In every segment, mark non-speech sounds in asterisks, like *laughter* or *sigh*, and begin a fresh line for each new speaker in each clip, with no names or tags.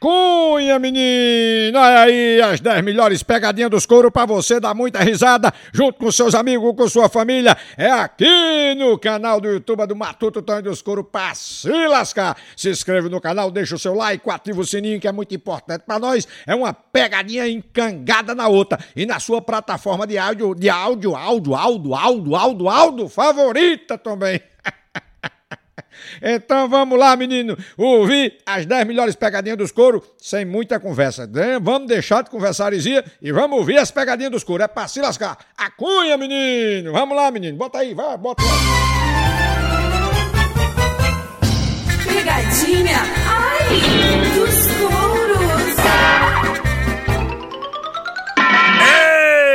Cunha, menina! Olha aí as 10 melhores pegadinhas dos couro pra você dar muita risada, junto com seus amigos, com sua família. É aqui no canal do YouTube do Matuto Tonho dos Couro pra se lascar. Se inscreve no canal, deixa o seu like, ativa o sininho que é muito importante pra nós. É uma pegadinha encangada na outra. E na sua plataforma de áudio, de áudio, áudio, áudio, áudio, áudio, áudio, favorita também. *laughs* Então vamos lá, menino, ouvir as 10 melhores pegadinhas dos couro sem muita conversa. De- Vamos deixar de conversarisia e vamos ouvir as pegadinhas dos couro. É pra se lascar. A cunha, menino. Vamos lá, menino. Bota aí, vai, bota lá.
Pegadinha, ai, dos couros.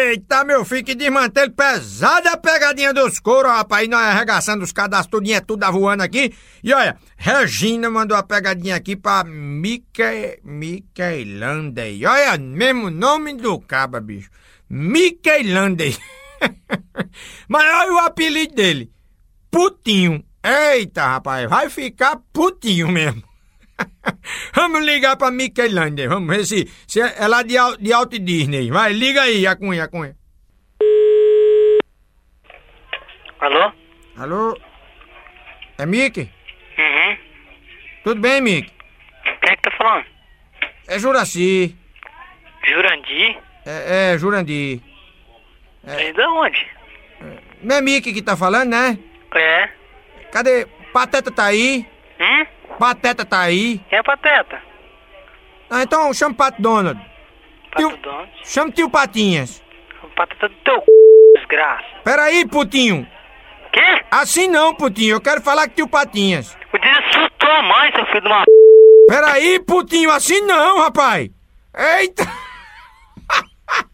Eita, meu filho, que desmantelho pesado a pegadinha dos couro, rapaz. E nós arregaçando os cadastros, tudinho, é tudo a voando aqui. E olha, Regina mandou a pegadinha aqui pra Mique... Miquelândia. E olha, mesmo nome do caba, bicho. Miquelândia. *laughs* Mas olha o apelido dele. Putinho. Eita, rapaz, vai ficar putinho mesmo. vamos ligar pra Miquelândia, vamos ver se, se é lá de, Al- de Alt Disney. Vai, liga aí, a cunha, a cunha.
Alô?
Alô? É Mickey?
Uhum.
Tudo bem, Mickey?
Quem é que tá falando?
É Juraci.
Jurandir?
É, é Jurandir.
É. Da onde?
Não é Mickey que tá falando, né?
É?
Cadê? Pateta tá aí?
Hum?
Pateta tá aí?
Quem é Pateta?
Ah, então chama o Pato Donald.
Pateta
Tio-
de onde?
Chama o tio Patinhas.
Pateta é do teu c... desgraça.
Peraí, putinho.
Quê?
Assim não, putinho. Eu quero falar com o tio Patinhas.
O diz sua tua mãe, seu filho de uma... p****.
Peraí, putinho, assim não, rapaz! Eita! *laughs*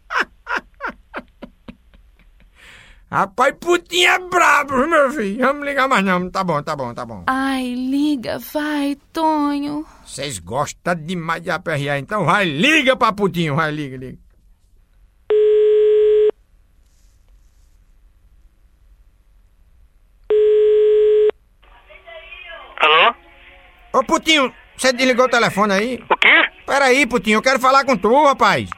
rapaz, putinho é brabo, viu, meu filho. Vamos ligar mais não. Tá bom, tá bom, tá bom.
Ai, liga, vai, Tonho.
Vocês gostam demais de aperrear, então vai, liga pra putinho, vai, liga, liga.
Alô?
Ô, putinho, você desligou o telefone aí?
O quê?
Peraí, putinho, eu quero falar com tu, rapaz.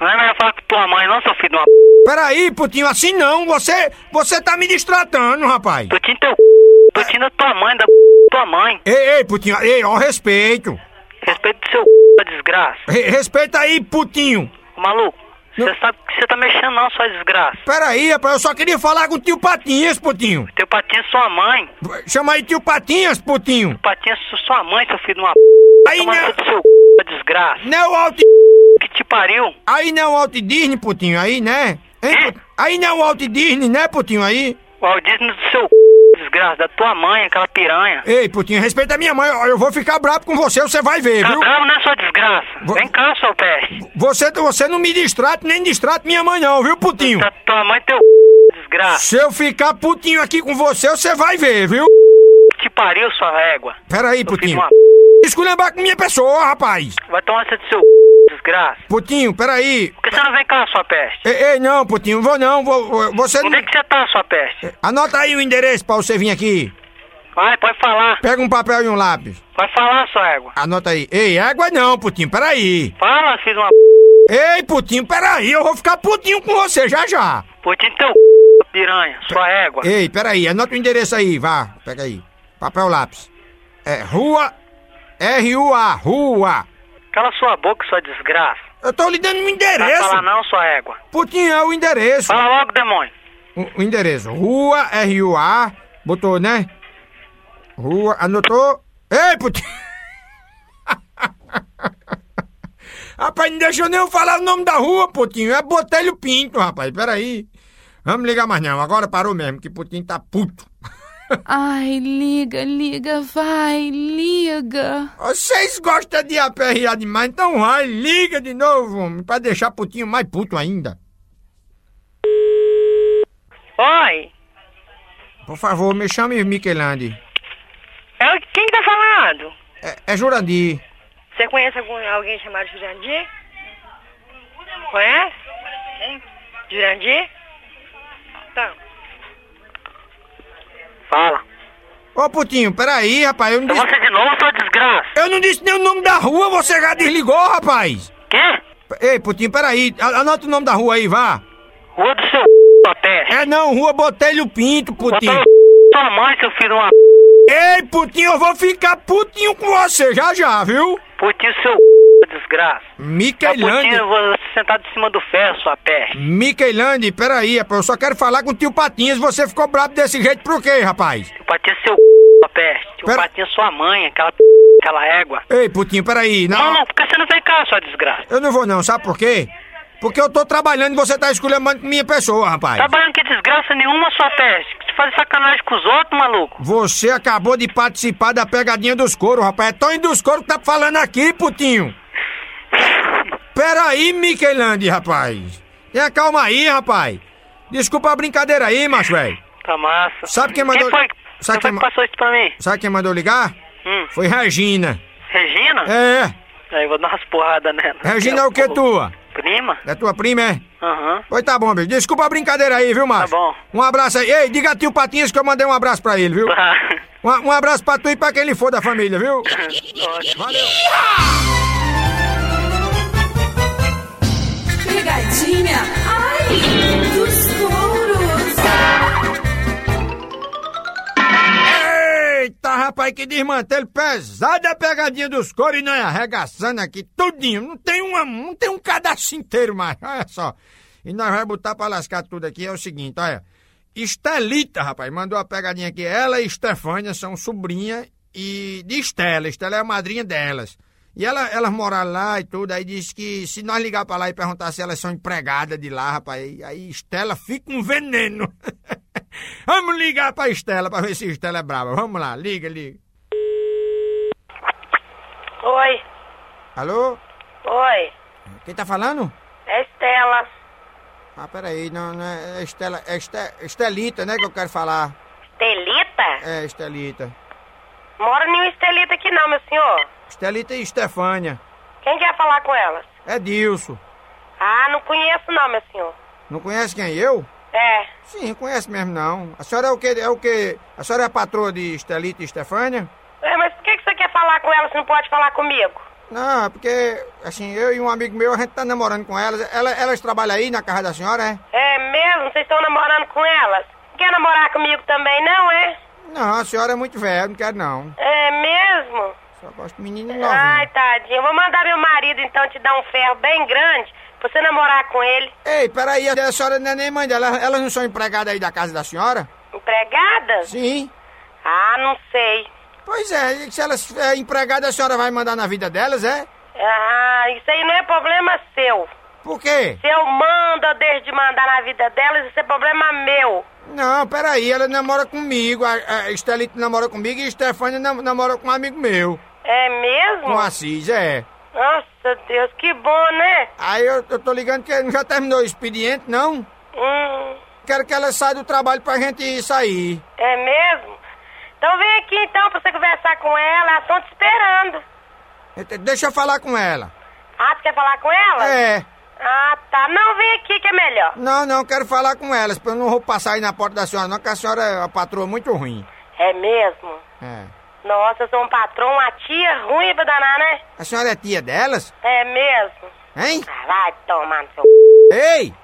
Não é melhor falar com tua mãe não, seu filho de uma... p****.
Peraí, putinho, assim não. Você, você tá me distratando, rapaz.
Tô tindo teu c... Tô tindo a tua mãe, da p****, tua mãe.
Ei, ei, putinho, ei, ó, respeito.
Respeito do seu c... da desgraça.
Re- respeita aí, putinho.
Ô, Maluco,
Não.
você sabe que você tá mexendo não, sua desgraça.
Peraí, rapaz, eu só queria falar com o tio Patinhas, putinho.
Teu patinho é sua mãe.
Chama aí tio Patinhas, putinho.
Patinho é su- sua mãe, seu filho de uma... p****.
Aí
Toma
não,
no cu do seu c... da desgraça.
não é Alt,
Que te pariu?
aí não Alt Disney, putinho, aí, né? Hein,
Hã?
put- Aí não Alt Disney, né, putinho, aí?
O Aldismo do seu c... desgraça, da tua mãe, aquela piranha.
Ei, putinho, respeita a minha mãe, ó, eu vou ficar bravo com você, você vai ver,
Tá
viu?
bravo, né, sua desgraça?
Vo-
Vem cá, seu peste.
Você, você não me distrata, nem distrata minha mãe não, viu, putinho?
Tá, tua mãe, teu c... desgraça.
Se eu ficar putinho aqui com você, você vai ver, viu?
Te pariu, sua égua.
Peraí,
Seu filho de
putinho.
uma...
Esculhambar com minha pessoa, rapaz.
p****. Vai tomar essa do seu c... desgraça.
Putinho, peraí.
Por que você não vem cá, sua peste?
Ei, ei, não, putinho, vou não, vou, vou- você
Onde
não... Eh,
é que você tá, sua peste?
Anota aí o endereço pra você vir aqui.
Vai, pode falar.
Pega um papel e um lápis.
Pode falar, sua égua.
Anota aí. Ei, égua não, putinho, peraí.
Fala, filho de uma... p****.
Ei, putinho, peraí, eu vou ficar putinho com você já já.
Putinho teu c... piranha, sua égua.
Ei, peraí, anota o endereço aí, vá. Pega aí. Papel, lápis. É, rua... R-U-A, rua.
Cala sua boca, sua desgraça.
Eu tô lhe dando um
Vai falar
endereço.
não, sua égua.
Putinho, é o endereço.
Fala logo, demônio.
O, o endereço. Rua, R-U-A, botou, né? Rua, anotou. Ei, putinho! *laughs* rapaz, não deixa eu nem eu falar o nome da rua, putinho. É Botelho Pinto, rapaz. Peraí. Vamos ligar mais não. Agora parou mesmo, que putinho tá puto.
Ai, liga, liga, vai, liga.
Vocês gostam de aperrear demais, então vai, liga de novo, homem, pra deixar putinho mais puto ainda.
Oi,
Por favor, me chame Miquelandi.
é o- quem tá falando?
É, é Jurandir.
Você conhece algum, alguém chamado Jurandir? Conhece? Quem? Então. Jurandir? Tá. Fala.
Ô, Putinho, peraí, rapaz, eu não
Eu
disse...
vou ser de novo, sua desgraça.
Eu não disse nem o nome da rua, você já desligou, rapaz!
Quê?
Ei, Putinho, peraí, a- anota o nome da rua aí, vá!
Rua do seu pé.
É não, Rua Botelho Pinto,
Botou
Putinho!
no sua mãe, seu filho, uma...
Ei, Putinho, eu vou ficar putinho com você já já, viu?
Putinho, seu desgraça. Mas,
Miquelândia,
Putinho, você sentado em cima do ferro, sua pé.
Miquelândia, peraí, rapaz, eu só quero falar com o tio Patinhas, você ficou brabo desse jeito por quê, rapaz?
Tio Patinho, seu sua pé. Tio
Pera-
Patinho, sua mãe, aquela aquela égua.
Ei, Putinho, peraí,
Não,
não...
não, por que você não vem cá, sua desgraça?
Eu não vou não, sabe por quê? Porque eu tô trabalhando e você tá esculhambando minha pessoa, rapaz.
Trabalhando que desgraça nenhuma, sua peste. Você faz sacanagem com os outros, maluco.
Você acabou de participar da pegadinha dos couro, rapaz. É Tony dos couro que tá falando aqui, putinho. Peraí, Miquelande, rapaz. Tenha calma aí, rapaz. Desculpa a brincadeira aí, macho, velho.
Tá massa.
Sabe quem mandou-
Quem foi, quem
Sabe
foi
quem
que
ma-
passou isso pra mim?
Sabe quem mandou ligar?
Hum,
Foi Regina.
Regina?
É,
Aí eu vou dar umas porradas nela.
Regina é o que tua?
Prima?
É tua prima, é?
Aham.
Oi, tá bom, bicho. Desculpa a brincadeira aí, viu, macho?
Tá bom.
Um abraço aí. Ei, diga a tio Patinhas que eu mandei um abraço pra
*laughs*
ele, viu? Um, um abraço pra tu e pra quem ele for da família, viu? Valeu.
Pegadinha, ai, dos touros.
Eita, rapaz, que desmantelho pesado a pegadinha dos coros e nós arregaçando aqui tudinho. Não tem, uma, não tem um cadastro inteiro mais, olha só. E nós vamos botar pra lascar tudo aqui, é o seguinte, olha. Estelita, rapaz, mandou a pegadinha aqui. Ela e Estefânia são sobrinha e de Estela. Estela é a madrinha delas. E ela, elas moram lá e tudo, aí disse que se nós ligar pra lá e perguntar se elas são empregadas de lá, rapaz, aí- aí Estela fica um veneno. Vamos ligar pra Estela pra ver se Estela é brava. Vamos lá, liga, liga.
Oi,
Alô?
oi,
Quem tá falando?
é Estela.
Ah, peraí, não, não é é Estela, é Este- Estelita, né, que eu quero falar.
Estelita?
É, Estelita.
Mora nenhum Estelita aqui não, meu senhor.
Estelita e Estefânia.
Quem quer falar com elas?
É Dilson.
Ah, não conheço não, meu senhor.
Não conhece quem? Eu?
É,
Sim, conhece mesmo não. A senhora é o que? É o que? A senhora é a patroa de Estelita e Estefânia?
é mas por que, que você quer falar com elas se não pode falar comigo?
Não, é porque, assim, eu e um amigo meu, a gente tá namorando com elas. Ela, elas trabalham aí na casa da senhora, é?
É mesmo? Vocês estão namorando com elas? Não Quer namorar comigo também, não é?
Não, a senhora é muito velha, não quero não.
É mesmo?
Só gosto de menino novinho.
Ai, tadinho. Eu vou mandar meu marido então te dar um ferro bem grande pra você namorar com ele.
Ei, peraí, a senhora não é nem mãe dela. Elas não são empregadas aí da casa da senhora?
Empregada?
Sim.
Ah, não sei.
Pois é, e se elas é empregada, a senhora vai mandar na vida delas, é?
Ah, isso aí não é problema seu.
Por quê?
Se eu mando ou deixo de mandar na vida delas, isso é problema meu.
Não, peraí, ela namora comigo, a, a Estelita namora comigo e a Stefania nam- namora com um amigo meu,
É mesmo?
com o Assis, é.
Nossa, Deus, que bom, né?
Aí eu, eu tô ligando que não já terminou o expediente, não?
Hum,
Quero que ela saia do trabalho pra gente sair.
é mesmo? Então vem aqui então pra você conversar com ela, elas estão te esperando.
Ent- Deixa eu falar com ela.
Ah, você quer falar com ela?
É.
Ah, tá. Não, vem aqui que é melhor.
Não, não, quero falar com elas, porque eu não vou passar aí na porta da senhora, não, que a senhora é uma patroa muito ruim.
É mesmo?
É.
Nossa, eu sou um patrão, uma tia ruim pra danar, né?
A senhora é tia delas?
É mesmo?
Hein?
Ah, vai tomar no seu...
Ei!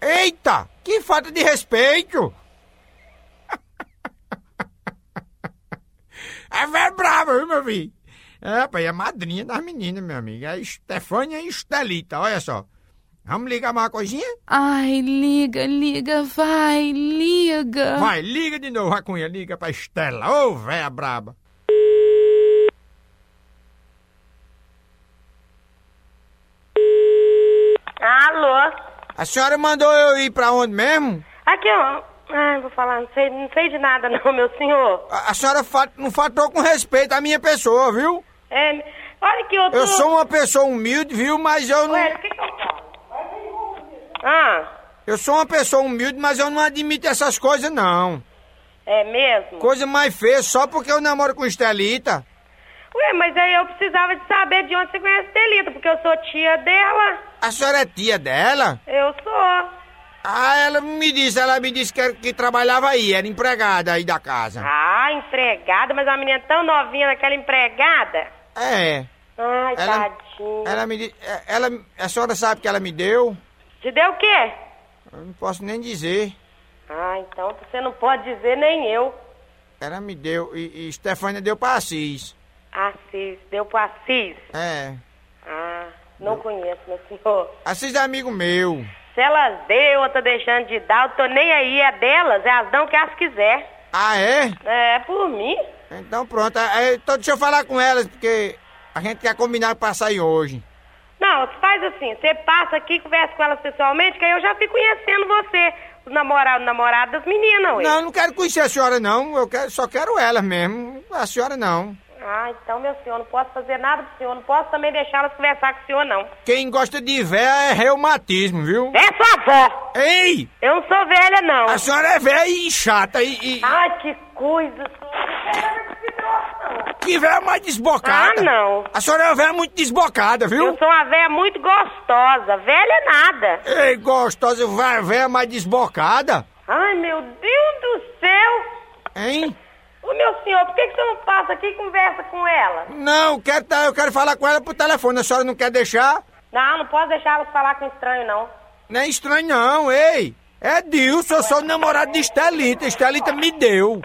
Eita! Que falta de respeito! *laughs* É velho brava, viu, meu filho? É, pai, é madrinha das meninas, meu amigo. É Estefânia e Estelita, olha só. Vamos ligar mais uma coisinha?
Ai, liga, liga, vai, liga.
Vai, liga de novo, Racunha, liga pra Estela. Ô, véia braba.
Alô?
A senhora mandou eu ir pra onde mesmo?
Aqui, ó. Ah, vou falar, não sei, não sei de nada *laughs* não, meu senhor.
A, a senhora fa- não faltou com respeito à minha pessoa, viu?
É, olha que outro.
Eu sou uma pessoa humilde, viu? Mas eu não.
Ué, o que que eu falo? Ah,
Eu sou uma pessoa humilde, mas eu não admito essas coisas, não.
é mesmo?
Coisa mais feia, só porque eu namoro com Estelita.
Ué, mas aí eu precisava de saber de onde você conhece Telita, porque eu sou tia dela.
A senhora é tia dela?
Eu sou.
Ah, ela me disse, ela me disse que, era- que trabalhava aí, era empregada aí da casa.
Ah, empregada, mas uma menina tão novinha naquela empregada.
É.
Ai,
Ela, é-
tadinha.
ela me disse. Ela, a senhora sabe que ela me deu?
Te deu o quê?
Eu não posso nem dizer.
Ah, então você não pode dizer nem eu.
Ela me deu. E, e Stefânia deu pra Assis.
Assis, deu pro Assis.
É.
Ah, não conheço, meu senhor.
Assis é amigo meu.
Se elas deu, eu tô deixando de dar, eu tô nem aí, é delas, elas dão o que elas quiser.
Ah, é?
É, por mim.
Então pronto. É, Então deixa eu falar com elas, porque a gente quer combinar pra sair hoje.
Não, faz assim, você passa aqui, conversa com elas pessoalmente, que aí eu já fico conhecendo você, os namorados, namorado das meninas, ué.
Não, eu não quero conhecer a senhora, não. Eu quero- só quero elas mesmo. A senhora não.
Ah, então, meu senhor, não posso fazer nada pro senhor, não posso também deixar elas conversar com o senhor, não.
Quem gosta de véia é reumatismo, viu?
É sua avó!
Ei!
Eu não sou velha, não.
A senhora é velha e chata e. e
Ai, que coisa, senhor. Que situação.
que véia mais desbocada!
Ah, não.
A senhora é uma véia muito desbocada,
Eu
viu?
sou uma velha muito gostosa, velha é nada.
Ei, gostosa, vai véia mais desbocada!
Ai, meu Deus do céu!
Hein?
Ô, meu senhor, por que, que o senhor não passa aqui e conversa com ela?
Não, eu quero, tá- eu quero falar com ela por telefone. A senhora não quer deixar?
Não, não posso deixar ela falar com estranho, não.
Não é estranho, não, ei! É Dilson, eu sou namorado de Estelita. Estelita me deu.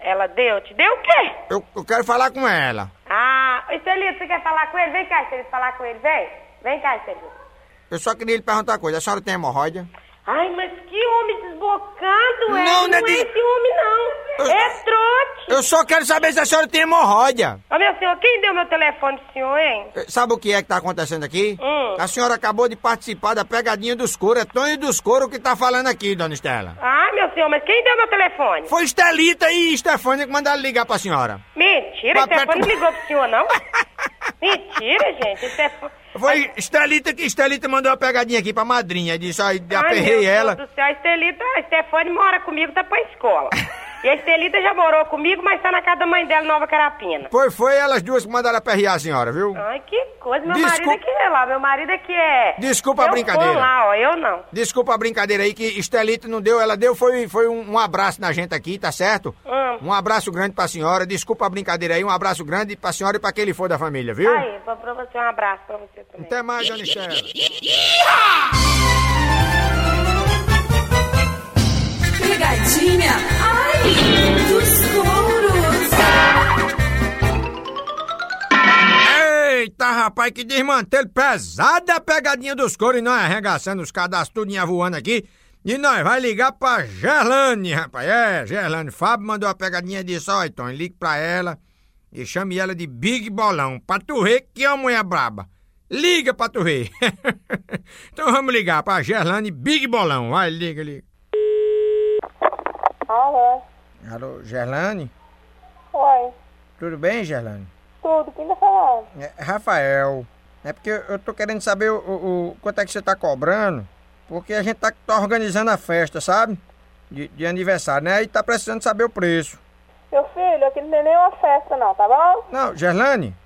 Ela deu? Te deu o quê?
Eu, eu quero falar com ela.
Ah, ô, Estelito, você quer falar com ele? Vem cá, Estelito, falar com ele, vem. Vem cá, Estelito.
Eu só queria lhe perguntar uma coisa. A senhora tem hemorroida?
Ai, mas que homem desbocado, é?
Não, não é
é
des-
esse homem, não.
Eu-
É trote.
Eu só quero saber se a senhora tem hemorroida.
Ô, meu senhor, quem deu meu telefone pro senhor, hein?
Eh, Sabe o que é que tá acontecendo aqui?
Hum.
A senhora acabou de participar da pegadinha dos couro. É Tonho dos couro que tá falando aqui, dona Estela.
Ah, meu senhor, mas quem deu meu telefone?
Foi Estelita e Estefânia que mandaram ligar pra senhora.
Mentira,
Mas
o Stefano
perto-
não ligou pro
*laughs*
senhor, não? Mentira, gente. o Stefano...
Foi Estelita que Estelita mandou a pegadinha aqui pra madrinha. Disse, ó,
Ai, meu
aperrei
Deus
ela.
do céu, a Estelita, a Stefane mora comigo, tá pra escola. E a Estelita já morou comigo, mas tá na casa da mãe dela, em Nova Carapina.
Foi, foi elas duas que mandaram aperrear a senhora, viu?
Ai, que coisa. Meu
Desculpa-
marido é que é lá, meu marido é que é...
Desculpa a
eu
brincadeira.
vou lá, ó, eu não.
Desculpa a brincadeira aí que Estelita não deu, ela deu foi, foi um, um abraço na gente aqui, tá certo?
Hum.
Um abraço grande pra senhora, desculpa a brincadeira aí, um abraço grande pra senhora e pra quem lhe for da família, viu?
Aí, vou pra você, um abraço pra você também.
Até mais, dona Estela.
Pegadinha, ai, dos touros.
Eita, rapaz, que desmantelho pesada a pegadinha dos coros e nós arregaçando os cadastros tudinho voando aqui. E nós vai ligar pra Gerlane, rapaz. É, Gerlane. Fábio mandou a pegadinha de só, então ligue pra ela e chame ela de Big Bolão. Pra tu ver que é uma mulher braba. Liga pra tu ver. *laughs* então vamos ligar pra Gerlane Big Bolão. Vai, liga, liga.
Alô?
Alô, Gerlane?
Oi.
Tudo bem, Gerlane?
Tudo, quem tá falando?
É, Rafael, é porque eu tô querendo saber o, o- o quanto é que você tá cobrando, porque a gente tá, tá organizando a festa, sabe? De, de aniversário, né? E tá precisando saber o preço.
Meu filho, aqui não tem nenhuma festa não, tá bom?
Não, Gerlane?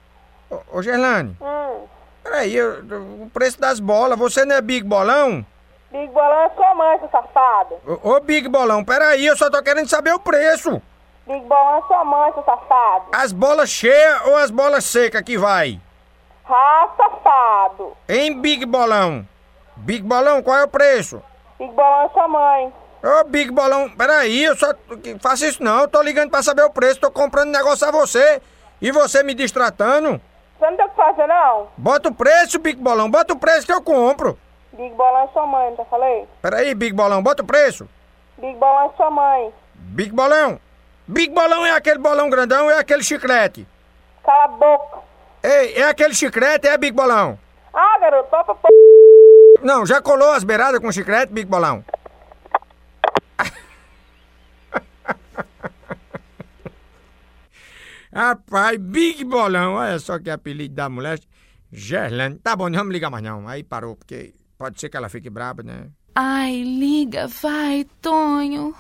Ô, ô Gerlane,
Hum.
peraí, eu- eu- o preço das bolas, você não é Big Bolão?
Big Bolão é sua mãe, seu safado.
Ô, ô, Big Bolão, peraí, eu só tô querendo saber o preço.
Big Bolão é sua mãe, seu safado.
As bolas cheias ou as bolas secas que vai?
Ah, safado.
Hein, Big Bolão? Big Bolão, qual é o preço?
Big Bolão é sua mãe.
Ô, Big Bolão, peraí, eu só que- faço isso não, eu tô ligando pra saber o preço, tô comprando negócio a você e você me distratando.
Você não tem o que fazer, não?
Bota o preço, Big Bolão, bota o preço que eu compro.
Big Bolão é sua mãe, não já falei?
Peraí, Big Bolão, bota o preço.
Big Bolão é sua mãe.
Big Bolão. Big Bolão é aquele bolão grandão, é aquele chiclete.
Cala a boca.
Ei, é aquele chiclete, é Big Bolão.
Ah, garoto, topa p...
Não, já colou as beiradas com chiclete, Big Bolão? *laughs* Rapaz, Big Bolão, olha só que apelido da mulher. Gerlane. Tá bom, não vamos ligar mais não. Aí parou, porque pode ser que ela fique braba, né?
Ai, liga, vai, Tonho.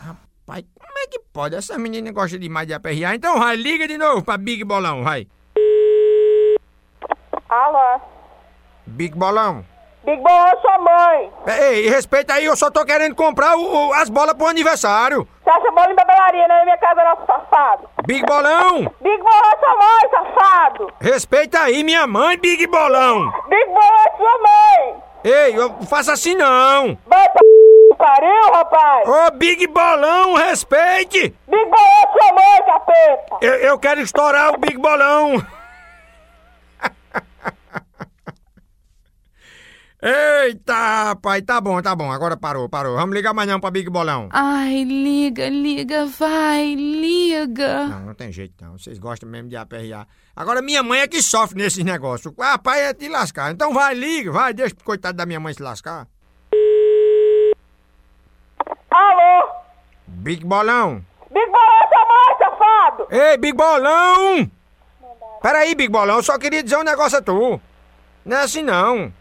Pai, como é que pode? Essa menina gosta demais de aperrear. Então vai, liga de novo pra Big Bolão, vai.
Alô?
Big Bolão,
Que bom é sua mãe.
Ei, respeita aí, eu só tô querendo comprar o- o- as bolas pro aniversário.
Você acha bola em bebelaria, né? Na minha casa, não, safado.
Big Bolão!
Big Boy é sua mãe, safado.
Respeita aí minha mãe, Big Bolão!
Big Boy é sua mãe.
Ei, eu não faça assim não!
Vai pra pariu, rapaz.
Ô, Big Bolão, respeite!
Big Boy é sua mãe, capeta.
Eu, eu quero estourar o Big Bolão! Eita, pai, tá bom, tá bom, agora parou, parou. Vamos ligar amanhã pra Big Bolão.
Ai, liga, liga, vai, liga.
Não, não tem jeito não. Vocês gostam mesmo de aperrear. Agora minha mãe é que sofre nesses negócios. Ah, pai é de lascar. Então vai, liga, vai, deixa o coitado da minha mãe se lascar.
Alô?
Big Bolão!
Big Boy é sua mãe, safado.
Ei, Big Bolão! Peraí, Big Bolão, eu só queria dizer um negócio a tu. Não é assim não.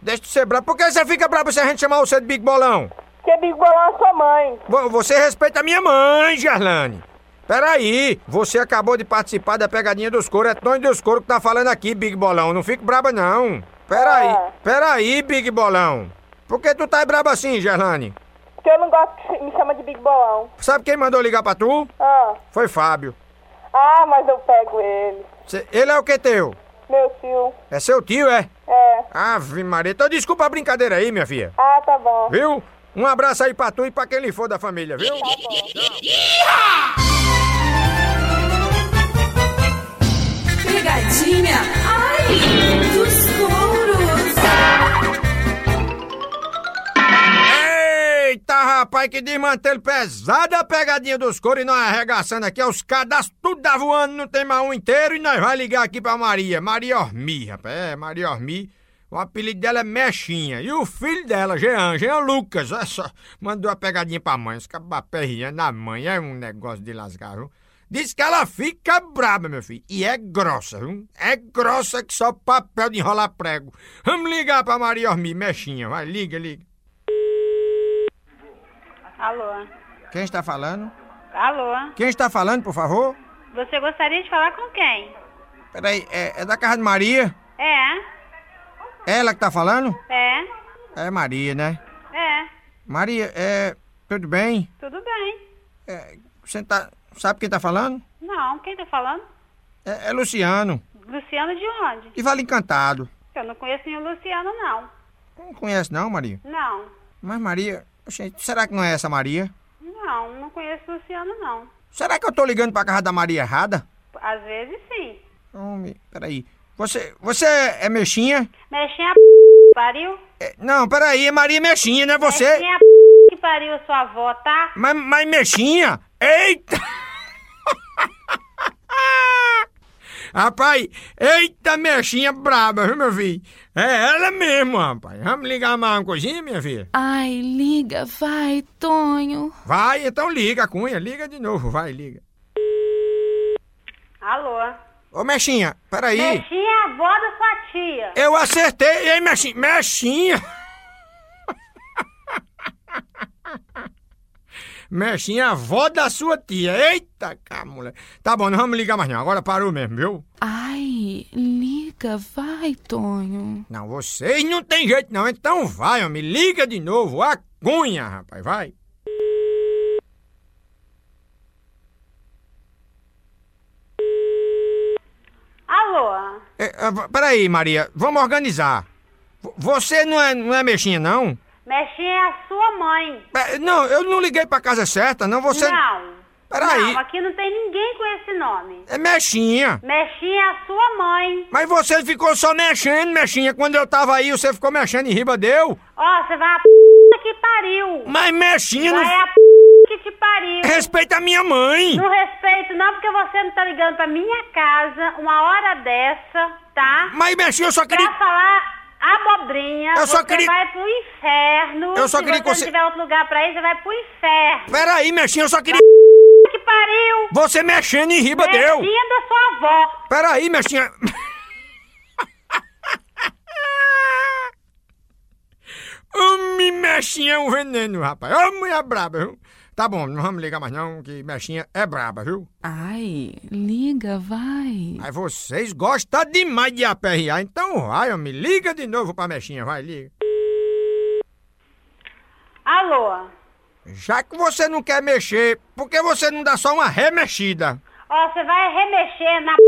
Deixa de ser brabo. Por que você fica brabo se a gente chamar você de Big Bolão?
Que Big Boy é sua mãe.
Vo- Você respeita a minha mãe, Gerlane. Peraí, você acabou de participar da pegadinha dos couro. É Tony dos couro que tá falando aqui, Big Bolão. Não fique braba, não. Peraí,
Ah.
peraí, Big Bolão. Por que tu tá braba assim, Gerlane?
Porque eu não gosto que me chama de Big Bolão.
Sabe quem mandou ligar pra tu?
Ah,
Foi Fábio.
ah mas eu pego ele.
Cê- Ele é o que teu?
Meu tio.
É seu tio, é?
É.
Ave Maria. Então desculpa a brincadeira aí, minha filha.
Ah, tá bom.
Viu? Um abraço aí pra tu e pra quem lhe for da família, viu?
Tá
Pegadinha, ai, dos touros.
Eita, rapaz, que desmantelo pesado a pegadinha dos couro e nós arregaçando aqui. é Os cadastros tudo tá voando, não tem mais um inteiro. E nós vai ligar aqui pra Maria. Maria Ormi, rapaz. É, Maria Ormi. O apelido dela é Mexinha. E o filho dela, Jean, Jean Lucas. Olha só, mandou a pegadinha pra mãe. Esse perrinha na mãe é um negócio de lascar, viu? Diz que ela fica braba, meu filho. E é grossa, viu? É grossa que só papel de enrolar prego. Vamos ligar pra Maria Ormi, Mexinha. Vai, liga, liga.
Alô?
Quem está falando?
Alô?
Quem está falando, por favor?
Você gostaria de falar com quem?
Peraí, é, é da casa de Maria?
É,
Ela que tá falando?
é,
É Maria, né?
é.
Maria, é. Tudo bem?
Tudo bem.
É, você tá. Sabe quem tá falando?
Não, quem tá falando?
É, é Luciano,
Luciano de onde?
de Vale Encantado.
Eu não conheço nenhum Luciano, não.
Não conhece, não, Maria?
Não,
Mas Maria. Gente, será que não é essa Maria?
não, não conheço Luciano, não.
Será que eu tô ligando pra casa da Maria errada?
Às vezes, sim.
Homem, peraí. Você. Você é Mexinha?
Mexinha a p... pariu?
É, não, peraí, é Maria Mexinha, não é você?
Mexinha a p... que pariu sua avó, tá?
Mas, mas mexinha? Eita! *laughs* rapaz, eita mexinha braba, viu, meu filho? É ela mesmo, rapaz. Vamos ligar mais uma coisinha, minha filha?
Ai, liga, vai, Tonho.
Vai, então liga, Cunha. Liga de novo, vai, liga.
Alô?
Ô, mexinha, peraí.
Mexinha é a avó da sua tia.
Eu acertei, hein, mexinha? Mexinha! *laughs* Mexinha, avó da sua tia. Eita, cá, moleque. Tá bom, não vamos ligar mais não. Agora parou mesmo, viu?
Ai, liga, vai, Tonho.
Não, vocês não tem jeito não. Então vai, ó, me liga de novo. A cunha, rapaz, vai.
Alô?
É, é, v- peraí, Maria, vamos organizar. V- Você não é, não é mexinha, não?
Mexinha é a sua mãe.
É, não, eu não liguei pra casa certa, não. Você.
Não.
Peraí.
Não, aqui não tem ninguém com esse nome.
É mexinha.
Mexinha é a sua mãe.
Mas você ficou só mexendo, mexinha. Quando eu tava aí, você ficou mexendo em riba deu.
Ó, você vai a p... que pariu.
Mas mexinha não.
Vai a p... que te pariu.
Respeita a minha mãe.
Não respeito não, porque você não tá ligando pra minha casa uma hora dessa, tá?
Mas mexinha, eu só
Pra
queria.
falar abobrinha,
Eu só
você
queria-
vai pro inferno.
Eu só
Se
queria
você
que você-
não tiver outro lugar pra ir, você vai pro inferno.
Peraí, mexinha, eu só queria.
Que pariu.
Você mexendo em riba deu.
Mexinha da sua avó.
Peraí, mexinha. Homem, mexinha é um veneno, rapaz. Homem é braba, viu? Tá bom, não vamos ligar mais não, que mexinha é braba, viu?
Ai, liga, vai.
Aí vocês gostam demais de aperrear, então vai, me liga de novo pra mexinha, vai, liga.
Alô?
Já que você não quer mexer, por que você não dá só uma remexida?
Ó, você vai remexer na p...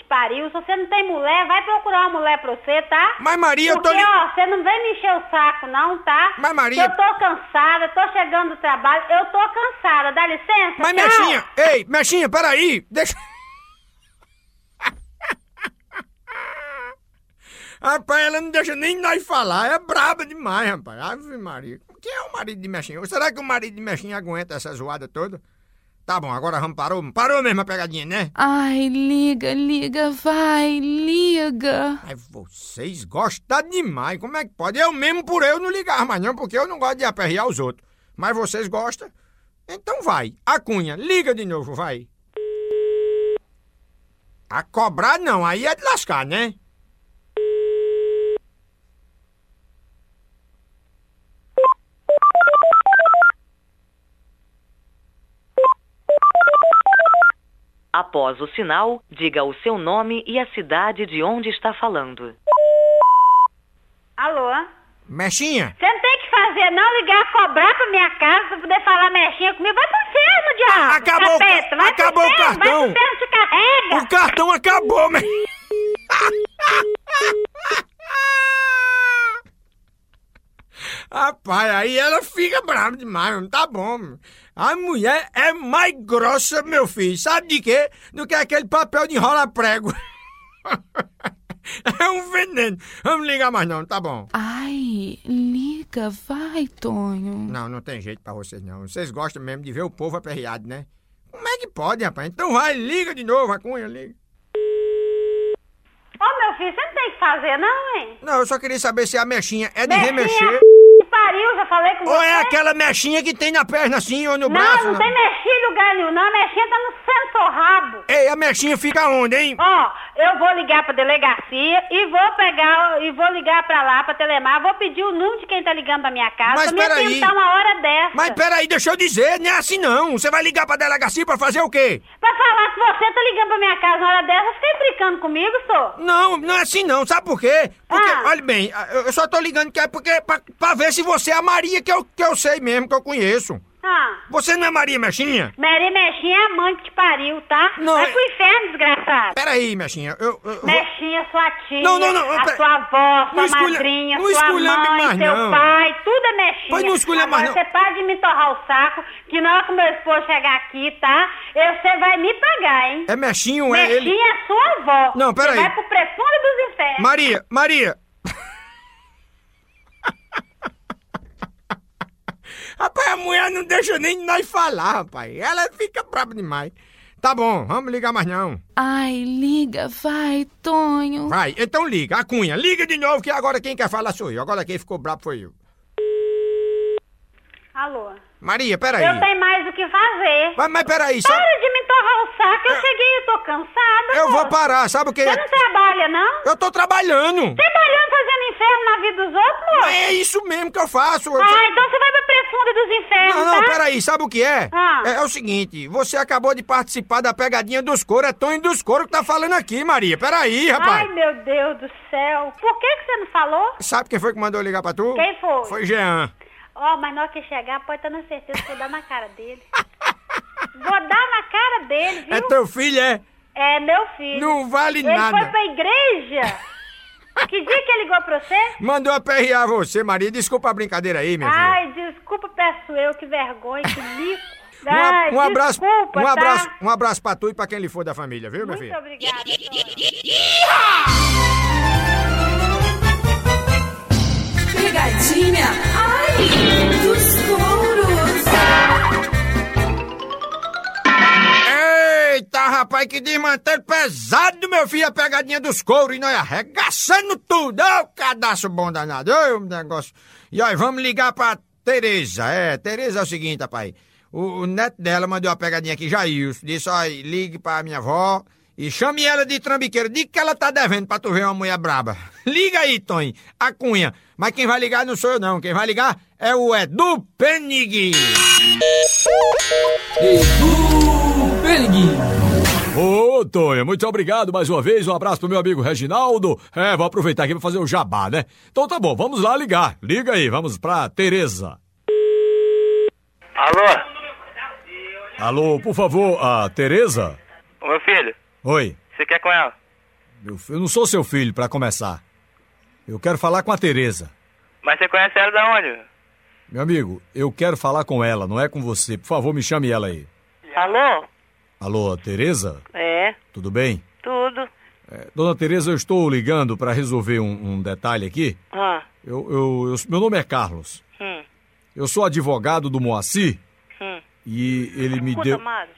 de pariu. Se você não tem mulher, vai procurar uma mulher pra você, tá?
Mas Maria, eu tô...
Porque,
li-
ó, você não vem me encher o saco, não, tá?
Mas, Maria-
Eu tô cansada, tô chegando do trabalho, eu tô cansada, dá licença?
Mas
tchau.
Mexinha, ei, Mexinha, peraí, deixa... *laughs* Rapaz, ela não deixa nem nós falar, é braba demais, rapaz. Ave Maria, quem é o marido de Mexinha? Será que o marido de Mexinha aguenta essa zoada toda? Tá bom, agora vamos, parou, parou mesmo a pegadinha, né?
Ai, liga, liga, vai, liga.
Mas vocês gostam demais, como é que pode? Eu mesmo por eu não ligar mais não, porque eu não gosto de aperrear os outros. Mas vocês gostam? Então vai, a cunha, liga de novo, vai. A cobrar não, aí é de lascar, né?
Após o sinal, diga o seu nome e a cidade de onde está falando.
Alô?
Mexinha,
Você não tem que fazer, não, ligar, cobrar pra minha casa pra poder falar mexinha comigo. Vai pro inferno, diabo!
Acabou o ca-
capeta. Vai pro
acabou o
inferno,
cartão.
Vai pro inferno, te carrega!
o cartão acabou, *laughs* mas... Rapaz, aí ela fica brava demais, não tá bom. meu. A mulher é mais grossa, meu filho. Sabe de quê? Do que aquele papel de enrola prego. *laughs* é um veneno. Vamos ligar mais não, tá bom.
Ai, liga, vai, Tonho.
Não, não tem jeito pra vocês não. Vocês gostam mesmo de ver o povo aperreado, né? Como é que pode, rapaz? Então vai, liga de novo, a cunha, liga.
Ô, meu filho, você não tem que fazer, não, hein?
Não, eu só queria saber se a mexinha é de
Mexinha
remexer
Que pariu, já falei com
ou
você.
é aquela mexinha que tem na perna assim ou no
Não,
braço.
não
na-
tem mexinha em lugar nenhum, não. A mexinha tá no santorrabo.
Ei, a mexinha fica onde, hein?
Ó, eu vou ligar pra delegacia e vou pegar, e vou ligar pra lá, pra Telemar, vou pedir o número de quem tá ligando pra minha casa
Mas
pra me
peraí.
atentar uma hora dessa.
Mas peraí, deixa eu dizer, não é assim não. Você vai ligar pra delegacia pra fazer o quê?
Pra falar que você tá ligando pra minha casa na hora dessa, fica aí Tá brincando comigo, sou?
Não, não é assim não, sabe por quê? Porque,
Ah.
olha bem, eu eu só tô ligando que é porque pra, pra ver se você é a Maria que eu, que eu sei mesmo, que eu conheço.
Ah,
Você não é Maria Mexinha?
Mary Mexinha é a mãe que te pariu, tá?
Não,
Vai
é-
pro inferno, desgraçado.
Peraí, Mexinha, eu... eu- eu vou-
Mexinha, sua tia,
Não, não, não,
a
pera-
sua avó,
Não
sua
esculha-
madrinha,
não
sua
esculhambe
mãe,
mais,
seu
não.
pai, tudo é mexinha.
Pois não esculha
Agora
mais, não.
você para de me torrar o saco, que na hora que meu esposo chegar aqui, tá? Eu- Você vai me pagar, hein?
É Mexinho, é ele...
Mexinha é sua avó.
Não, pera
Você
aí.
vai pro prefundo dos infernos.
Maria, Maria. *laughs* rapaz, a mulher não deixa nem nós falar, rapaz. Ela fica brava demais. Tá bom, vamos ligar mais não.
Ai, liga, vai, Tonho.
Vai, então liga. A cunha, liga de novo que agora quem quer falar sou eu. Agora quem ficou bravo foi eu.
Alô?
Maria, peraí.
Eu tenho mais o que fazer.
Mas, mas peraí, sabe?
Para de me torrar o saco, eu cheguei e tô cansada.
Eu vou
moço.
parar, sabe o que?
Você não trabalha, não?
Eu tô trabalhando.
Trabalhando fazendo inferno na vida dos outros, moço?
Mas é isso mesmo que eu faço. Eu-
Ah, então você vai pra prefunda dos infernos,
Não, não,
tá?
peraí, sabe o que é?
Ah.
é? é o seguinte, você acabou de participar da pegadinha dos couro, é Tonho dos couro que tá falando aqui, Maria. Peraí,
Ai,
rapaz.
meu Deus do céu. Por que, que você não falou?
Sabe quem foi que mandou ligar pra tu?
Quem foi?
Foi Jean.
Ó, mas na hora que chegar, pode estar na certeza que eu vou dar na cara
*laughs*
dele. Vou dar na cara dele, viu?
É teu filho, é?
É, meu filho.
Não vale
ele
nada.
foi pra igreja.
*laughs*
que dia que ele ligou pra você?
Mandou aperrear você, Maria. Desculpa a brincadeira aí,
Ah,
minha filha.
Ai, desculpa, peço eu. Que vergonha, que bico.
Um, a-
Ai,
um abraço,
desculpa,
um
tá?
abraço, um abraço pra tu e pra quem lhe for da família, viu, minha
Muito
filha?
obrigada. Antônio.
Pegadinha. Ai, dos touros.
Eita, rapaz, que desmantelho pesado, meu filho, a pegadinha dos couros e nós arregaçando tudo. Ô, cadastro bom danado, ô, um negócio. E aí, vamos ligar pra Tereza. É, Tereza é o seguinte, rapaz. O, o neto dela mandou uma pegadinha aqui, Jailson. Disse, ó, ligue pra minha avó e chame ela de trambiqueira. Diga que ela tá devendo pra tu ver uma mulher braba. *laughs* Liga aí, Tony, a cunha. Mas quem vai ligar não sou eu, não. Quem vai ligar é o Edu Penig.
Ô, Tonho, muito obrigado mais uma vez. Um abraço pro meu amigo Reginaldo. É, vou aproveitar aqui pra fazer o jabá, né? Então tá bom, vamos lá ligar. Liga aí, vamos pra Tereza.
Alô?
Alô, por favor, a Tereza?
Ô, meu filho,
Oi,
você quer com ela?
meu fi- eu não sou seu filho, pra começar. Eu quero falar com a Tereza.
Mas você conhece ela da onde?
Meu amigo, eu quero falar com ela, não é com você. Por favor, me chame ela aí.
Alô?
Alô, Tereza?
É,
Tudo bem?
tudo.
É, Dona Tereza, eu estou ligando para resolver um, um detalhe aqui.
Ah,
Eu, eu- eu- meu nome é Carlos.
hum,
Eu sou advogado do Moacir
hum.
e ele me
Escuta,
deu.
Mário.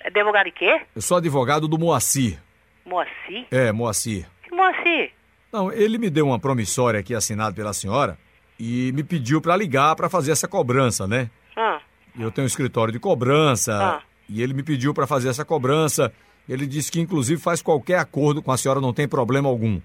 É advogado de quê?
Eu sou advogado do Moacir.
Moacir?
É, Moacir.
Que Moacir?
Não, ele me deu uma promissória aqui assinada pela senhora e me pediu para ligar para fazer essa cobrança, né?
Ah,
Eu tenho um escritório de cobrança
Ah.
e ele me pediu para fazer essa cobrança. Ele disse que inclusive faz qualquer acordo com a senhora, não tem problema algum.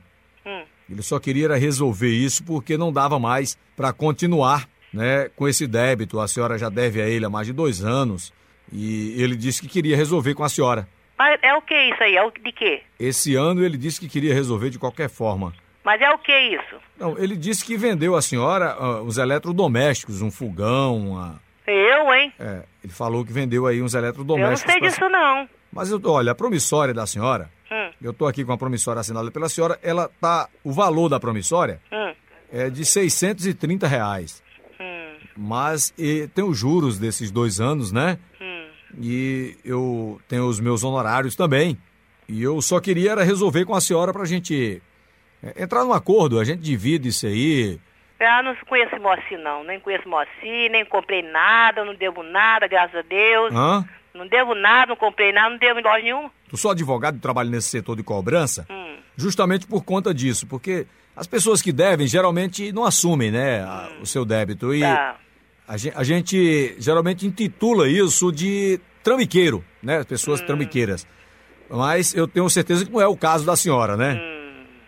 hum.
Ele só queria era resolver isso porque não dava mais para continuar né, com esse débito. A senhora já deve a ele há mais de dois anos e ele disse que queria resolver com a senhora.
Mas é o que isso aí? É o de quê?
Esse ano ele disse que queria resolver de qualquer forma.
Mas é o que isso?
Não, ele disse que vendeu à senhora ah, os eletrodomésticos, um fogão, uma...
Eu, hein?
é, ele falou que vendeu aí uns
Eu não
eletrodomésticos.
sei
pra-
disso, não.
Mas eu, olha, a promissória da senhora,
Hum,
eu tô aqui com a promissória assinada pela senhora, ela tá, o valor da promissória
hum,
é de 630 reais.
hum,
Mas e, tem os juros desses dois anos, né?
hum.
E eu tenho os meus honorários também. E eu só queria era resolver com a senhora pra gente é, entrar num acordo, a gente divide isso aí.
Ah, não conheço Moacir, não. Nem conheço Moacir, nem comprei nada, não devo nada, graças a Deus.
Hã?
Não devo nada, não comprei nada, não devo em loja nenhuma.
Eu sou advogado e trabalho nesse setor de cobrança
Hum.
justamente por conta disso, porque as pessoas que devem geralmente não assumem, né, a- o seu débito. E
Hum. Tá.
a, gen- a gente geralmente intitula isso de trambiqueiro, né, as
Hum.
pessoas trambiqueiras. Mas eu tenho certeza que não é o caso da senhora, né?
Hum.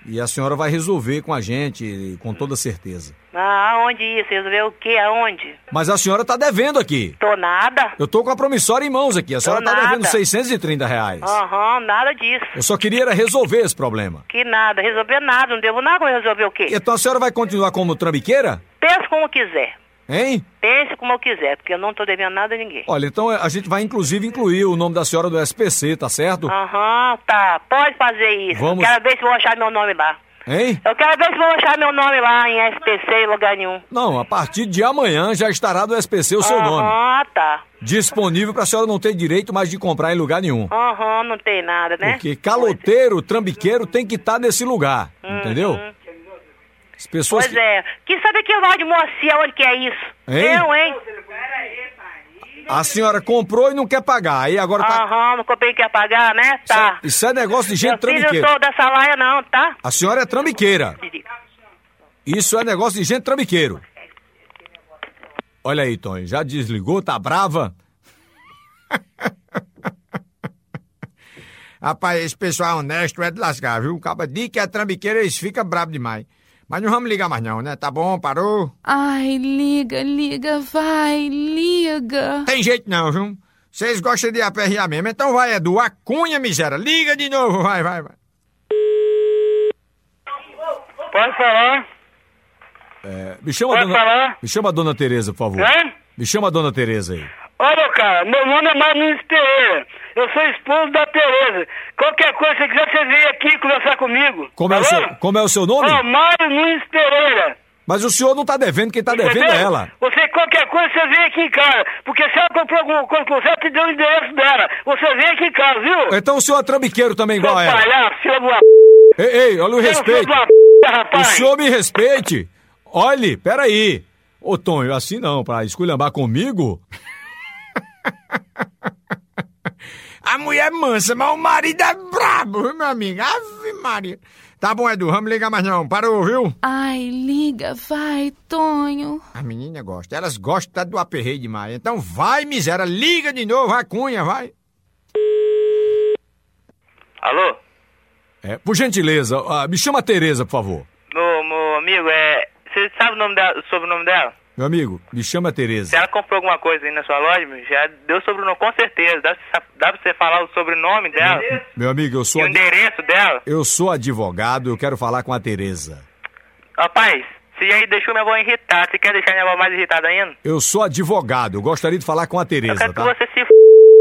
E a senhora vai resolver com a gente, com toda certeza.
Ah, aonde isso? Resolveu o quê? Aonde?
Mas a senhora está devendo aqui.
Tô nada.
Eu tô com a promissória em mãos aqui. A senhora está
nada.
devendo 630 reais.
Aham, nada disso.
Eu só queria era resolver esse problema.
Que nada, resolver nada, não devo nada, vou resolver o quê?
Então a senhora vai continuar como trambiqueira?
Pense como quiser.
Hein?
Pense como eu quiser, porque eu não tô devendo nada a ninguém.
Olha, então a gente vai inclusive incluir o nome da senhora do SPC, tá certo?
Aham, tá. Pode fazer isso.
Vamos-
Quero ver se vão achar meu nome lá.
Hein?
Eu quero ver se vão achar meu nome lá em SPC em lugar nenhum.
Não, a partir de amanhã já estará do SPC o seu nome.
Ah, tá.
Disponível pra senhora não ter direito mais de comprar em lugar nenhum.
Aham, não tem nada, Ah, né?
Porque caloteiro, trambiqueiro tem que estar nesse lugar, entendeu? As pessoas.
Uhum. Pois é. Que sabe que lá de Moacir, onde que é isso?
Hein?
Eu, hein? é.
que- A senhora comprou e não quer pagar. Aí agora tá.
Aham, não comprei que ia pagar, né? Tá.
Isso é negócio de gente
Ah, Meu filho, eu
trambiqueira.
sou dessa laia não, tá?
A senhora é trambiqueira. Isso é negócio de gente trambiqueiro. Olha aí, Tony, já desligou, tá brava?
Rapaz, esse pessoal honesto é de lascar, viu? O caba diz que é trambiqueiro, eles ficam brabo demais. Mas não vamos ligar mais não, né? Tá bom, parou?
Ai, liga, liga, vai, liga.
Tem jeito não, viu? Vocês gostam de aperrear mesmo, então vai, Edu, a cunha, miséria. Liga de novo, vai, vai, vai.
Pode falar?
É, me chama a
Pode
dona,
falar?
me chama a dona Tereza, por favor.
Hã?
Me chama a dona Tereza aí.
Ô, meu cara, meu nome é Marlins Pereira. Eu sou esposo da Tereza. Qualquer coisa que você quiser, você vem aqui conversar comigo.
Como é, o
Falou?
seu, como é o seu nome?
Ô, Mário Nunes Pereira.
Mas o senhor não tá devendo, quem tá devendo
Entendeu?
é ela.
Você, qualquer coisa, você vem aqui em casa. Porque se ela comprou alguma coisa com você, ela te deu o endereço dela. Você vem aqui em casa, viu?
Então o senhor é trambiqueiro também
Seu
igual a ela.
palhaço, filho da...
Ei, ei, olha o
Seu filho
respeito.
da...
O
rapaz.
senhor me respeite. Olhe, peraí. Ô, Tonho, assim não, pra esculhambar comigo?
A mulher é mansa, mas o marido é brabo, viu, meu amigo? Ave Maria. Tá bom, Edu, vamos ligar mais não, parou, viu?
Ai, liga, vai, Tonho.
As meninas gostam, elas gostam tá, do aperreio demais. Então vai, miséria, liga de novo, a cunha, vai.
Alô?
É, por gentileza, ah, me chama a Tereza, por favor.
Meu, meu amigo, é... Você sabe o nome dela, sobre o nome dela?
Meu amigo, me chama a
Se
Tereza.
ela comprou alguma coisa aí na sua loja, meu, já deu o sobrenome, com certeza. Dá pra, você- dá pra você falar o sobrenome dela
Meu amigo, eu sou,
e o
ad-
endereço dela.
eu sou advogado, eu quero falar com a Tereza.
Rapaz,
Você aí deixou minha avó irritada. Você quer deixar minha avó mais irritada ainda?
Eu sou advogado, eu gostaria de falar com a
Eu quero
Tereza,
que
tá?
você se f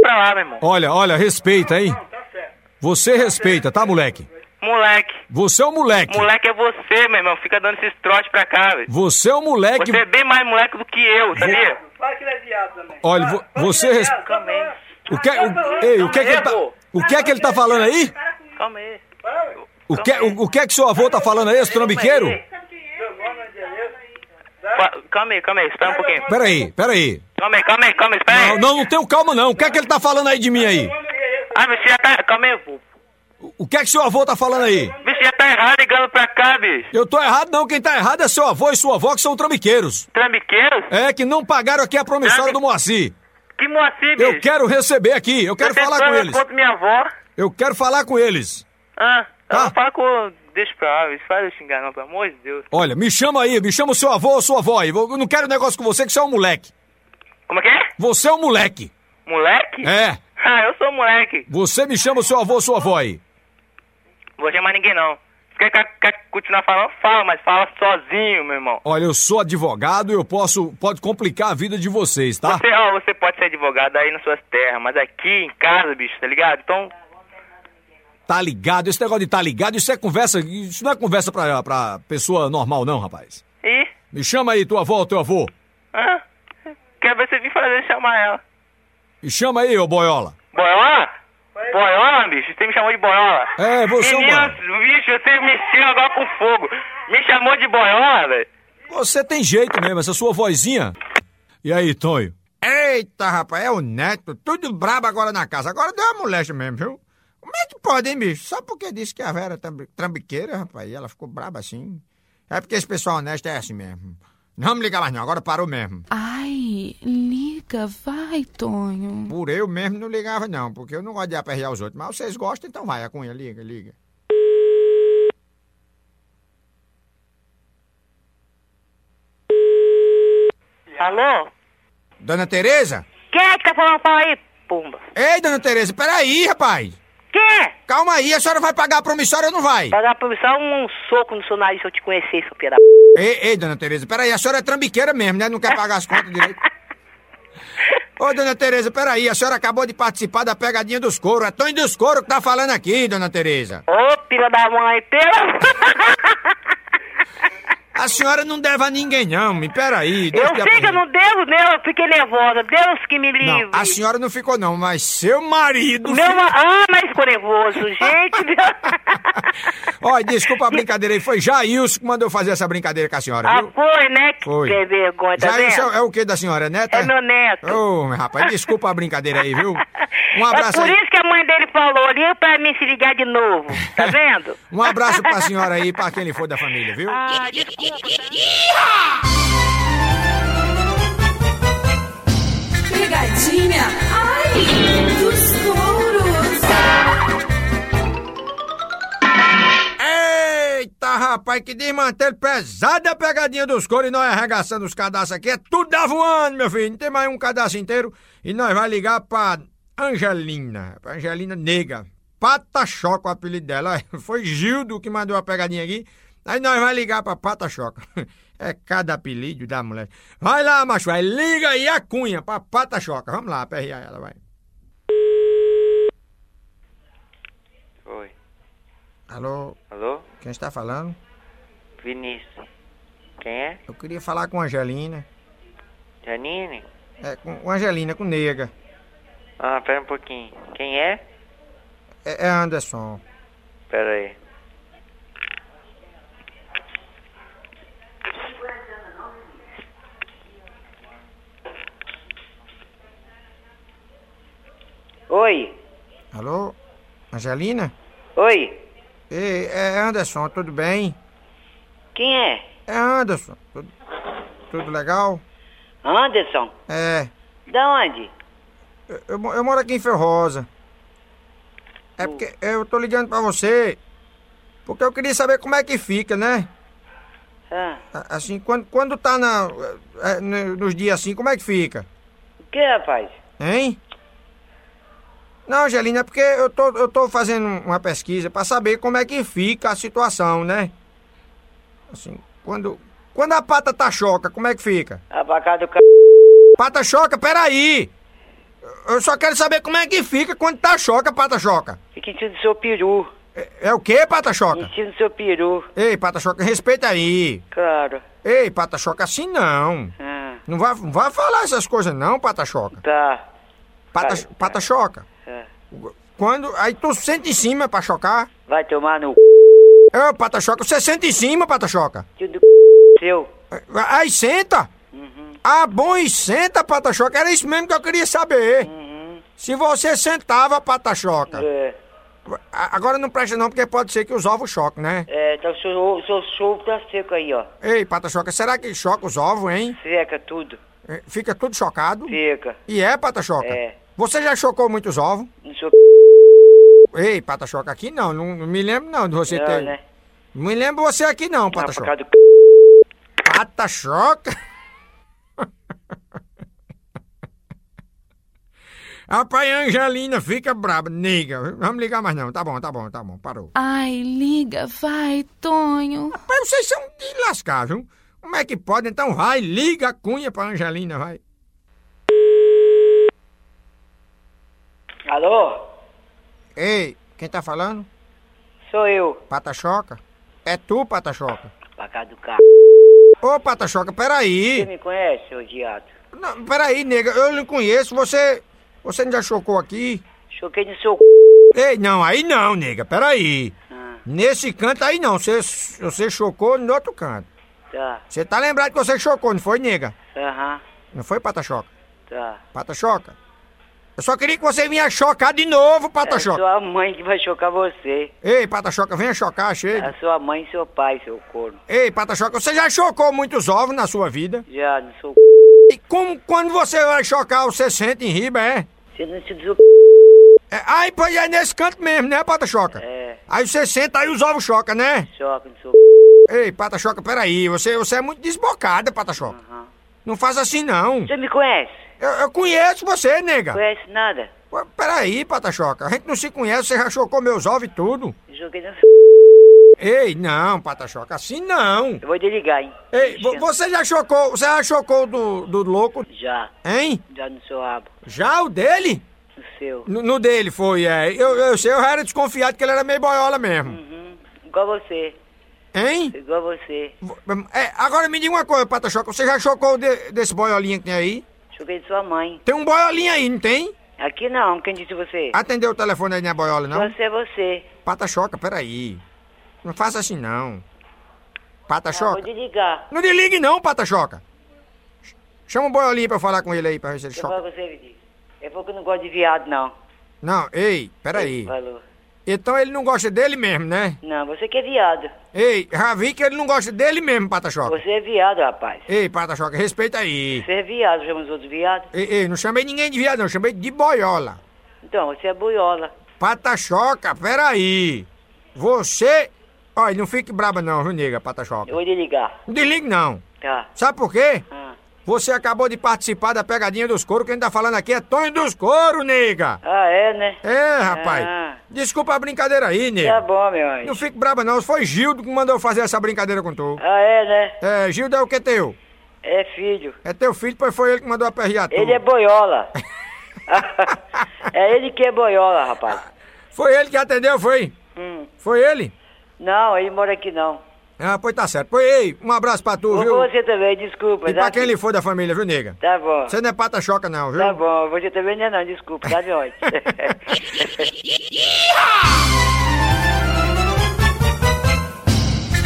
pra lá, meu irmão.
Olha, olha, respeita, hein? Você respeita, tá, moleque?
Moleque.
Você é um moleque.
Moleque é você, meu irmão. Fica dando esses trotes pra cá, velho.
Você é um moleque.
Você é bem mais moleque do que eu, sabia?
Olha, vo-
Ah,
você res... O que o... Ei, o que é que ele tá O que é que ele tá falando aí?
Calma aí.
O que o, o que é que seu avô tá falando aí, esse trambiqueiro?
Fa- Calma aí, calma aí. Espera um pouquinho.
Peraí, peraí.
Calma aí, calma aí, calma aí. Espera aí.
Não, não, não tenho calma não. O que é que ele tá falando aí de mim aí?
Ah, você já tá... Calma aí, vô.
O que é que seu avô tá falando aí?
Bicho, já tá errado ligando pra cá, bicho.
Eu tô errado não, quem tá errado é seu avô e sua avó que são trambiqueiros.
Trambiqueiros?
É, que não pagaram aqui a promissória do Moacir.
Que Moacir, bicho?
Eu quero receber aqui, eu quero
Você
falar
fala
com eles.
contra minha avó.
Eu quero falar com eles.
Ah, eu
Tá.
vou falar com... Deixa pra lá, bicho. Faz eu xingar não, pelo amor de Deus.
Olha, me chama aí, me chama o seu avô ou sua avó aí. Eu não quero negócio com você que você é um moleque.
Como é que é?
Você é um moleque.
Moleque?
É.
Ah, eu sou moleque.
Você me chama o seu avô ou sua avó aí.
Vou chamar ninguém, não. Se quer, quer- quer continuar falando, fala, mas fala sozinho, meu irmão.
Olha, eu sou advogado e eu posso. Pode complicar a vida de vocês, tá?
Você, ó, você pode ser advogado aí nas suas terras, mas aqui em casa, bicho, tá ligado? Então,
Tá ligado? Esse negócio de tá ligado, isso é conversa. Isso não é conversa pra, pra pessoa normal, não, rapaz.
e...
Me chama aí, tua avó ou teu avô.
Hã? É. Quer ver você vir fazer chamar ela.
Me chama aí, ô boiola.
Boiola? Boiola, bicho? Você me chamou de boiola?
É, você é um
Menino, bicho, você me encheu agora com fogo. Me chamou de boiola, velho?
Você tem jeito mesmo, essa sua vozinha. E aí, Tonho?
Eita, rapaz, é o Neto, tudo brabo agora na casa. Agora deu uma moléstia mesmo, viu? Como é que pode, hein, bicho? Só porque disse que a Vera é trambi- trambiqueira, rapaz, e ela ficou braba assim. É porque esse pessoal honesto é assim mesmo. Não me liga mais não, agora parou mesmo.
Ai, liga, vai, Tonho.
Por eu mesmo não ligava não, porque eu não gosto de aperrear os outros. Mas vocês gostam, então vai, a cunha, liga, liga.
Alô?
Dona Tereza?
Quem é que tá falando fala aí, pumba?
Ei, dona Tereza, peraí, rapaz.
Quê?
Calma aí, a senhora vai pagar a promissória ou não vai?
Pagar pra mim só um soco no seu nariz se eu te conhecer, seu filho da p.
Ei, ei, dona Tereza, peraí, a senhora é trambiqueira mesmo, né? Não quer pagar as contas direito. Ô, dona Tereza, peraí, a senhora acabou de participar da pegadinha dos couro. É Tony dos couro que tá falando aqui, dona Tereza.
Ô, filha da mãe, pela.
A senhora não deve a ninguém, não, me peraí.
Eu sei que eu não devo, né? Eu fiquei nervosa. Deus que me livre.
Não, a senhora não ficou, não, mas seu marido.
Meu ma... Ah, mas ficou nervoso, gente.
*laughs* Olha, desculpa a brincadeira aí, foi Jailson que mandou fazer essa brincadeira com a senhora,
ah,
viu?
foi, né? Que
Foi.
que vergonha, tá
Jailson
vendo?
é o que da senhora, né?
É meu neto.
Ô, meu rapaz, desculpa a brincadeira aí,
*laughs*
viu? Um
é
abraço
por
aí.
isso que a mãe dele falou, liga pra mim se ligar de novo,
*laughs*
tá vendo?
Um abraço pra senhora
*laughs*
aí, pra quem ele for da família, viu?
Ah, desculpa, tá?
Pegadinha, ai, dos touros.
Eita, rapaz, que desmantelho pesado é a pegadinha dos coros e nós arregaçando os cadastros aqui. É tudo da voando, meu filho. Não tem mais um cadastro inteiro. E nós vai ligar pra Angelina, pra Angelina Nega. Pata Choca o apelido dela. *laughs* Foi Gildo que mandou a pegadinha aqui. Aí nós vai ligar pra Pata Choca. *laughs* É cada apelido da mulher. Vai lá, macho, vai. Liga aí a cunha pra Pata Choca. Vamos lá, aperrear ela, vai.
Oi.
Alô,
Alô?
quem está falando?
Vinícius. Quem é?
Eu queria falar com a Angelina.
Janine?
É, com com a Angelina, com Nega.
Ah, pera um pouquinho. Quem é?
É, é Anderson.
Pera aí.
Oi,
Alô? Angelina?
oi,
Ei, é Anderson, tudo bem?
quem é?
É Anderson. Tudo, tudo legal?
Anderson,
É.
da onde?
Eu, eu mo- eu moro aqui em Ferrosa. É porque eu tô ligando pra você. Porque eu queria saber como é que fica, né?
Ah,
A- Assim, quando, quando tá na, é, no- nos dias assim, como é que fica?
o que, rapaz?
Hein? Não, Angelina, é porque eu tô, eu tô fazendo uma pesquisa pra saber como é que fica a situação, né? Assim, quando, Quando a pata tá choca, como é que fica?
A vaca do c...
Pata choca, peraí! Eu só quero saber como é que fica quando tá choca, pata choca.
Fica em cima do seu peru.
É, é o quê, pata choca?
Em cima do seu peru.
Ei, pata choca, respeita aí.
Claro.
Ei, pata choca, assim não.
Ah,
Não vai, não vai falar essas coisas não, pata choca.
tá.
Pata, pata choca.
É.
Quando. Aí tu senta em cima pra chocar.
Vai tomar no c...
Ô, pata choca, você senta em cima, pata choca.
do c... seu. Uhum.
Aí senta. Ah, bom, e senta, pata choca. Era isso mesmo que eu queria saber. Se você sentava, pata choca.
Uhum. É.
A- Agora não presta não, porque pode ser que os ovos choquem, né?
É, então o seu, o seu show tá seco aí, ó.
Ei, pata choca, será que choca os ovos, hein?
Seca tudo.
É, Fica tudo chocado?
Fica.
E é, pata choca?
É.
Você já chocou muitos ovos?
No seu
Ei, pata choca, aqui não. Não, não me lembro não de você
Não,
ter...
né?
Não me lembro você aqui não, pata choca.
do
Pata choca? *laughs* Rapaz, a Angelina fica braba, nega. Vamos ligar mais não. Tá bom, tá bom, tá bom. Parou.
Ai, liga, vai, Tonho.
Rapaz, vocês são de lascar, viu? Como é que pode? Então vai, liga a cunha pra Angelina, vai.
Alô?
Ei, quem tá falando?
Sou eu.
Pata choca? É tu, pata choca?
Vaca do c...
Ô, pata choca,
Você
peraí.
me conhece, seu diato?
Não, peraí, nega, eu não conheço. Você. Você não já chocou aqui?
Choquei no seu c...
Ei, não, aí não, nega, peraí.
Ah,
Nesse canto aí não, você, você chocou no outro canto.
tá.
Você tá lembrado que você chocou, não foi, nega?
Aham,
Não foi, Pata Choca?
tá.
Pata Choca? Eu só queria que você vinha chocar de novo, tá Pata
é
Choca.
sua mãe que vai chocar você.
Ei, Pata Choca, venha chocar,
É
chega.
a sua mãe e seu pai, seu corno.
Ei, Pata Choca, você já chocou muitos ovos na sua vida?
Já, no seu c...
E como quando você vai chocar, você sente em riba, é?
Você não se desoc...
é aí, pois é nesse canto mesmo, né, Pata Choca?
É,
Aí você senta, aí os ovos chocam, né?
choca no seu c...
Ei, Pata Choca, peraí, você, você é muito desbocada, Pata Choca. Não faz assim, não.
Você me conhece?
Eu, eu conheço você, nega.
Conhece nada?
Ué, Peraí, Patachoca, a gente não se conhece, você já chocou meus ovos e tudo.
Joguei no c...
Ei, não, Patachoca, assim não.
Eu vou desligar, hein?
Ei, vo- você já chocou, você já chocou do, do louco,
Já,
hein?
já no seu rabo.
Já o dele?
No seu.
No, no dele foi, é. Eu, eu sei, eu era desconfiado que ele era meio boiola mesmo.
Uhum. Igual você.
Hein?
Igual você.
Vo- É, agora me diga uma coisa, Patachoca, você já chocou de- desse boiolinha que tem aí?
Joguei de sua mãe.
Tem um boiolinha aí, não tem?
Aqui não, quem disse você?
Atendeu o telefone aí na boiola, Ah, tá, não?
Você é você.
Patachoca, peraí. Não faça assim, não.
Ah, vou
Patachoca?
desligar.
Tá, Não desligue não, Patachoca. Ch- Chama o boiolinha pra eu falar com ele aí, pra ver se ele
Eu falo
choca.
com você, Vitinho. É porque eu não gosto de viado, não.
Não, ei, peraí.
Falou.
Então ele não gosta dele mesmo, né?
Não, você que é viado.
Ei, já vi que ele não gosta dele mesmo, Patachoca.
Você é viado, rapaz.
Ei, Patachoca, respeita aí.
Você é viado, chama os outros viados.
Ei, ei, não chamei ninguém de viado, não. Chamei de boiola.
Então, você é boiola.
Patachoca, peraí. Você... Olha, não fique braba não, viu, nega, Patachoca.
Eu vou desligar.
Não desligue não.
Tá.
Sabe por quê?
Ah,
Você acabou de participar da pegadinha dos couro. Quem tá falando aqui é Tonho dos Couro, nega.
ah é, né?
É, rapaz.
Ah.
Desculpa a brincadeira aí,
Tá
nega.
bom, meu
Não
anjo.
fique braba não, foi Gildo que mandou fazer essa brincadeira com tu.
Ah, é, né?
É, Gildo é o que teu?
É filho.
É teu filho, pois foi ele que mandou a perrear tu.
Ele é
*laughs*
boiola. é ele que é boiola, rapaz.
Foi ele que atendeu, foi?
Hum.
Foi ele?
Não, ele mora aqui não.
Ah, pois tá certo. Pois ei, um abraço pra tu,
Vou
viu?
com você também, desculpa.
E pra
tá?
quem ele for da família, viu, nega?
Tá bom.
Você não é pata choca não, viu?
Tá bom, você também não é não, desculpa, tá, meu anjo?
*laughs*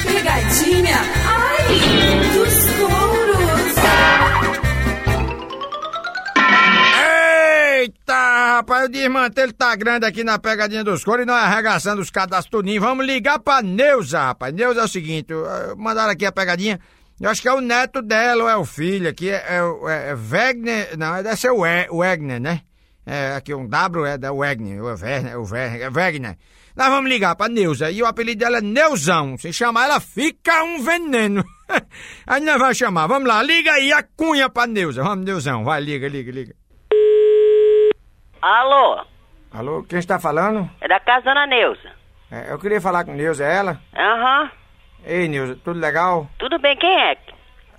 Pegadinha, ai, dos touros.
Eita, rapaz, o desmantelo tá grande aqui na pegadinha dos coros e nós arregaçando os cadastros tudinho. Vamos ligar pra Neuza, rapaz. Neuza é o seguinte, eh, mandaram aqui a pegadinha. Eu acho que é o neto dela ou é o filho aqui, é, é, o- é, é Wegner, não, deve ser o E- o Wegner, né? É, aqui um W é da Wegner, ou é Werner, o Werner, é Wegner. Nós vamos ligar pra Neuza e o apelido dela é Neuzão. Se chamar ela, fica um veneno. *laughs* Aí nós vamos chamar, vamos lá, liga aí a cunha pra Neuza. Vamos, Neuzão, vai, liga, liga, liga.
Alô,
Alô, quem está falando?
é da casa da Ana Neuza.
É, eu queria falar com Neuza, é ela?
Aham,
Ei, Neuza, tudo legal?
tudo bem, quem é?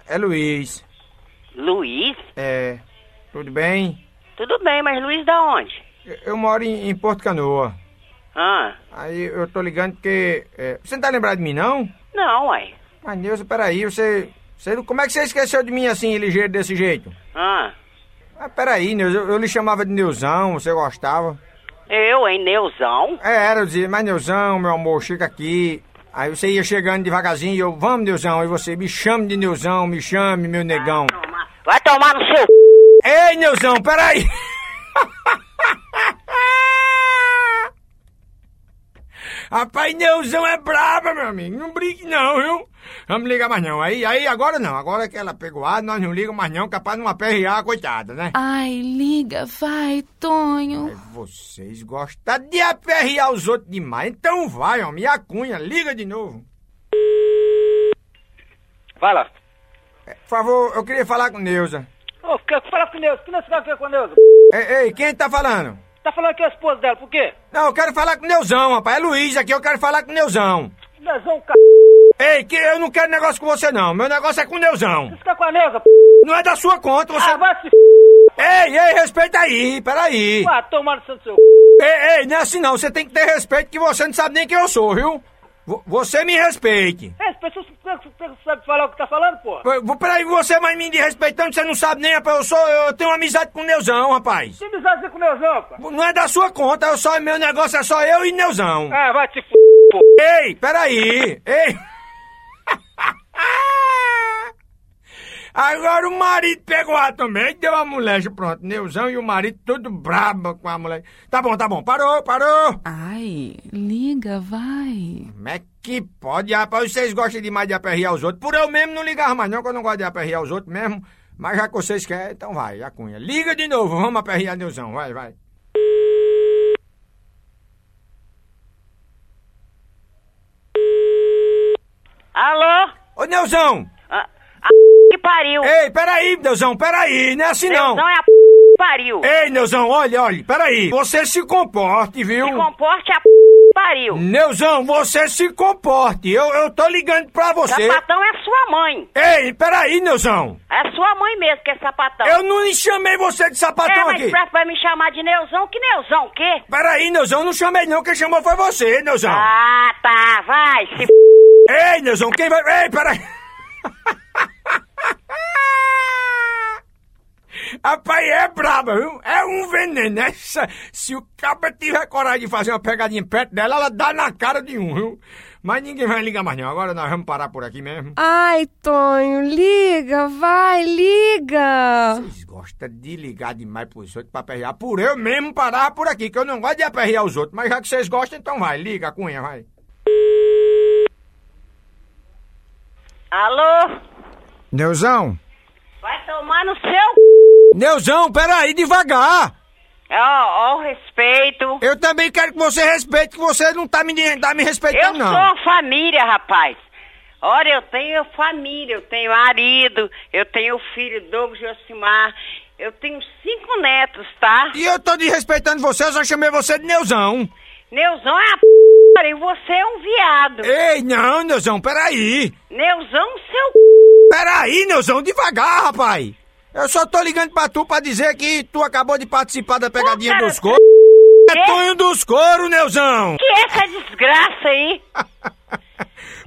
É Luiz.
Luiz?
É. Tudo bem?
Tudo bem, mas Luiz da onde?
Eu, eu moro em, em Porto Canoa.
Ah,
Aí eu tô ligando porque. é, você não tá lembrado de mim, não?
não, uai.
Mas Neuza, peraí, você. você não- como é que você esqueceu de mim assim, ligeiro desse jeito?
Ah,
Ah, peraí, Neuza, eu, eu lhe chamava de Neuzão, você gostava.
eu, hein, Neuzão?
É, era, eu dizia, mas Neuzão, meu amor, chega aqui. Aí você ia chegando devagarzinho e eu, vamos, Neuzão, e você, me chame de Neuzão, me chame, meu negão.
Vai tomar no seu...
Ei, Neuzão, peraí! *laughs* Rapaz, Neuzão é braba, meu amigo. Não brinque não, viu? Vamos ligar mais não. Aí, aí, agora não. Agora que ela pegou ar, nós não ligamos mais não, capaz de uma PRA, coitada, né?
Ai, liga, vai, Tonho.
Vocês gostam de aperrear os outros demais. Então vai, homem. E a cunha, liga de novo.
Fala.
É, Por favor, eu queria falar com Neuza.
Ô, fica- fala com Neuza. Que nós ficamos aqui com Neuza?
Ei, ei, quem tá falando?
Tá falando que é a esposa dela, por quê?
Não, eu quero falar com Neuzão, rapaz. É Luiz aqui, eu quero falar com Neuzão.
Neuzão, c...
Ei, que eu não quero negócio com você, não. Meu negócio é com Neuzão.
Fica tá com a Neuza, p...
Não é da sua conta, você...
Ah, vai se...
Ei, ei, respeita aí, peraí.
Ah, tomar no seu... seu-
Ei, ei, não é assim não. Você tem que ter respeito que você não sabe nem quem eu sou, viu? Vo- Você me respeite.
É, as pessoas ficam- ficam- sabem falar o que tá falando, pô.
Pô, vou- Peraí, você é vai me desrespeitando, você não sabe nem, rapaz. Eu, sou, eu tenho uma amizade com o Neuzão, rapaz.
Que amizade você com o Neuzão, pô?
Não é da sua conta, eu só, meu negócio é só eu e Neuzão.
Ah, vai te f... pô.
Ei, peraí, ei. Agora o marido pegou a também, deu a mulher, pronto. Neuzão e o marido tudo brabo com a mulher. Tá bom, tá bom, parou, parou.
Ai, liga, vai.
Como é que pode, rapaz? Vocês gostam demais de aperrear os outros. Por eu mesmo não ligava mais, não, que eu não gosto de aperrear os outros mesmo. Mas já que vocês querem, então vai, a cunha. Liga de novo, vamos aperrear Neuzão, vai, vai.
Alô?
Ô, Neuzão!
Ah, a... que pariu.
Ei, peraí, Neuzão, peraí, não é assim não.
Neuzão é a... p... pariu.
Ei, Neuzão, olha, olha, peraí. Você se comporte, viu?
Se comporte a... p... pariu.
Neuzão, você se comporte. Eu, eu tô ligando pra você.
Sapatão é sua mãe.
Ei, peraí, Neuzão.
É sua mãe mesmo que é sapatão.
Eu não chamei você de sapatão
é, mas
aqui.
pra- vai me chamar de Neuzão? Que Neuzão, o quê?
Peraí, Neuzão, não chamei não. Quem chamou foi você, Neuzão.
Ah, tá, vai, se...
Ei, Neuzão, quem vai... Ei, peraí. Rapaz, é braba, viu? É um veneno. Essa, se o cabra tiver coragem de fazer uma pegadinha perto dela, ela dá na cara de um, viu? Mas ninguém vai ligar mais não. Agora nós vamos parar por aqui mesmo.
Ai, Tonho, liga, vai, liga.
gosta de ligar demais pros outros pra aperrear. Por eu mesmo parar por aqui, que eu não gosto de aperrear os outros. Mas já que vocês gostam, então vai, liga, Cunha, vai.
Alô?
Neuzão?
Vai tomar no seu...
Neuzão, peraí, devagar!
É, Ó, ó, o respeito.
Eu também quero que você respeite, que você não tá me, tá me
Eu
respeitando,
sou
não.
uma família, rapaz. Olha, eu tenho família, eu tenho marido, eu tenho filho Douglas Josimar, eu tenho cinco netos, tá?
E eu tô desrespeitando você, eu só chamei você de Neuzão.
Neuzão é a p... e você é um viado.
Ei, não, Neuzão, peraí.
Neuzão, seu
Peraí, Neuzão, devagar, rapaz. Eu só tô ligando pra tu pra dizer que tu acabou de participar da pegadinha
cara,
dos coros. É Tonho dos coros, Neuzão!
que é essa desgraça aí?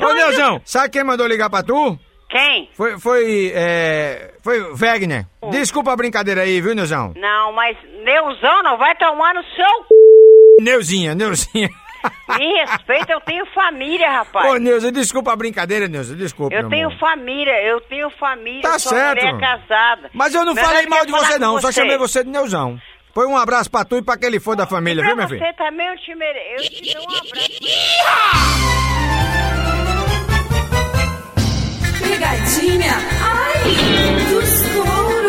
Ô, Neuzão, sabe quem mandou ligar pra tu?
Quem? Hum.
Foi, foi, é, foi o Wegner. Desculpa a brincadeira aí, viu, Neuzão?
Não, mas Neuzão não vai tomar no seu
Neuzinha, Neuzinha.
Me respeita, eu tenho família, rapaz.
Ô, Neuza, desculpa a brincadeira, Neuza, desculpa,
Eu
meu
tenho
amor.
família, eu tenho família,
Tá
eu sou
certo.
mulher casada.
Mas eu não
Mas
falei
eu
mal
quero
de
falar
você,
com
não. Só chamei você de Neuzão. Foi um abraço pra tu e pra aquele for da família,
Pra
viu, minha filha?
você também eu te mereço. Eu te dou um abraço.
Pegadinha, ai, dos touros.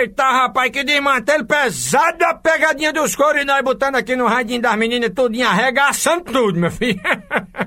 Eita, rapaz, que desmantelho pesado a pegadinha dos coros e nós botando aqui no radinho das meninas, tudinho arregaçando tudo, meu filho.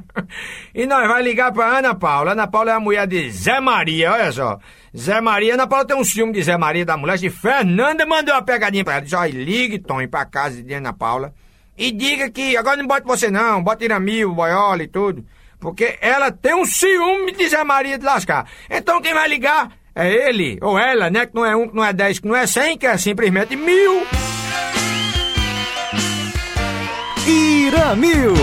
*laughs* e nós vai ligar pra Ana Paula. Ana Paula é a mulher de Zé Maria, olha só. Zé Maria, Ana Paula tem um ciúme de Zé Maria da mulher, de Fernanda mandou uma pegadinha pra ela. Diz, olha, ligue, Tom, pra casa de Ana Paula e diga que, agora não bota você não, bota Iramil, Boiola e tudo. Porque ela tem um ciúme de Zé Maria de lascar. Então quem vai ligar é ele ou ela, né? Que não é um, que não é dez, que não é cem, que é simplesmente mil.
Iramil.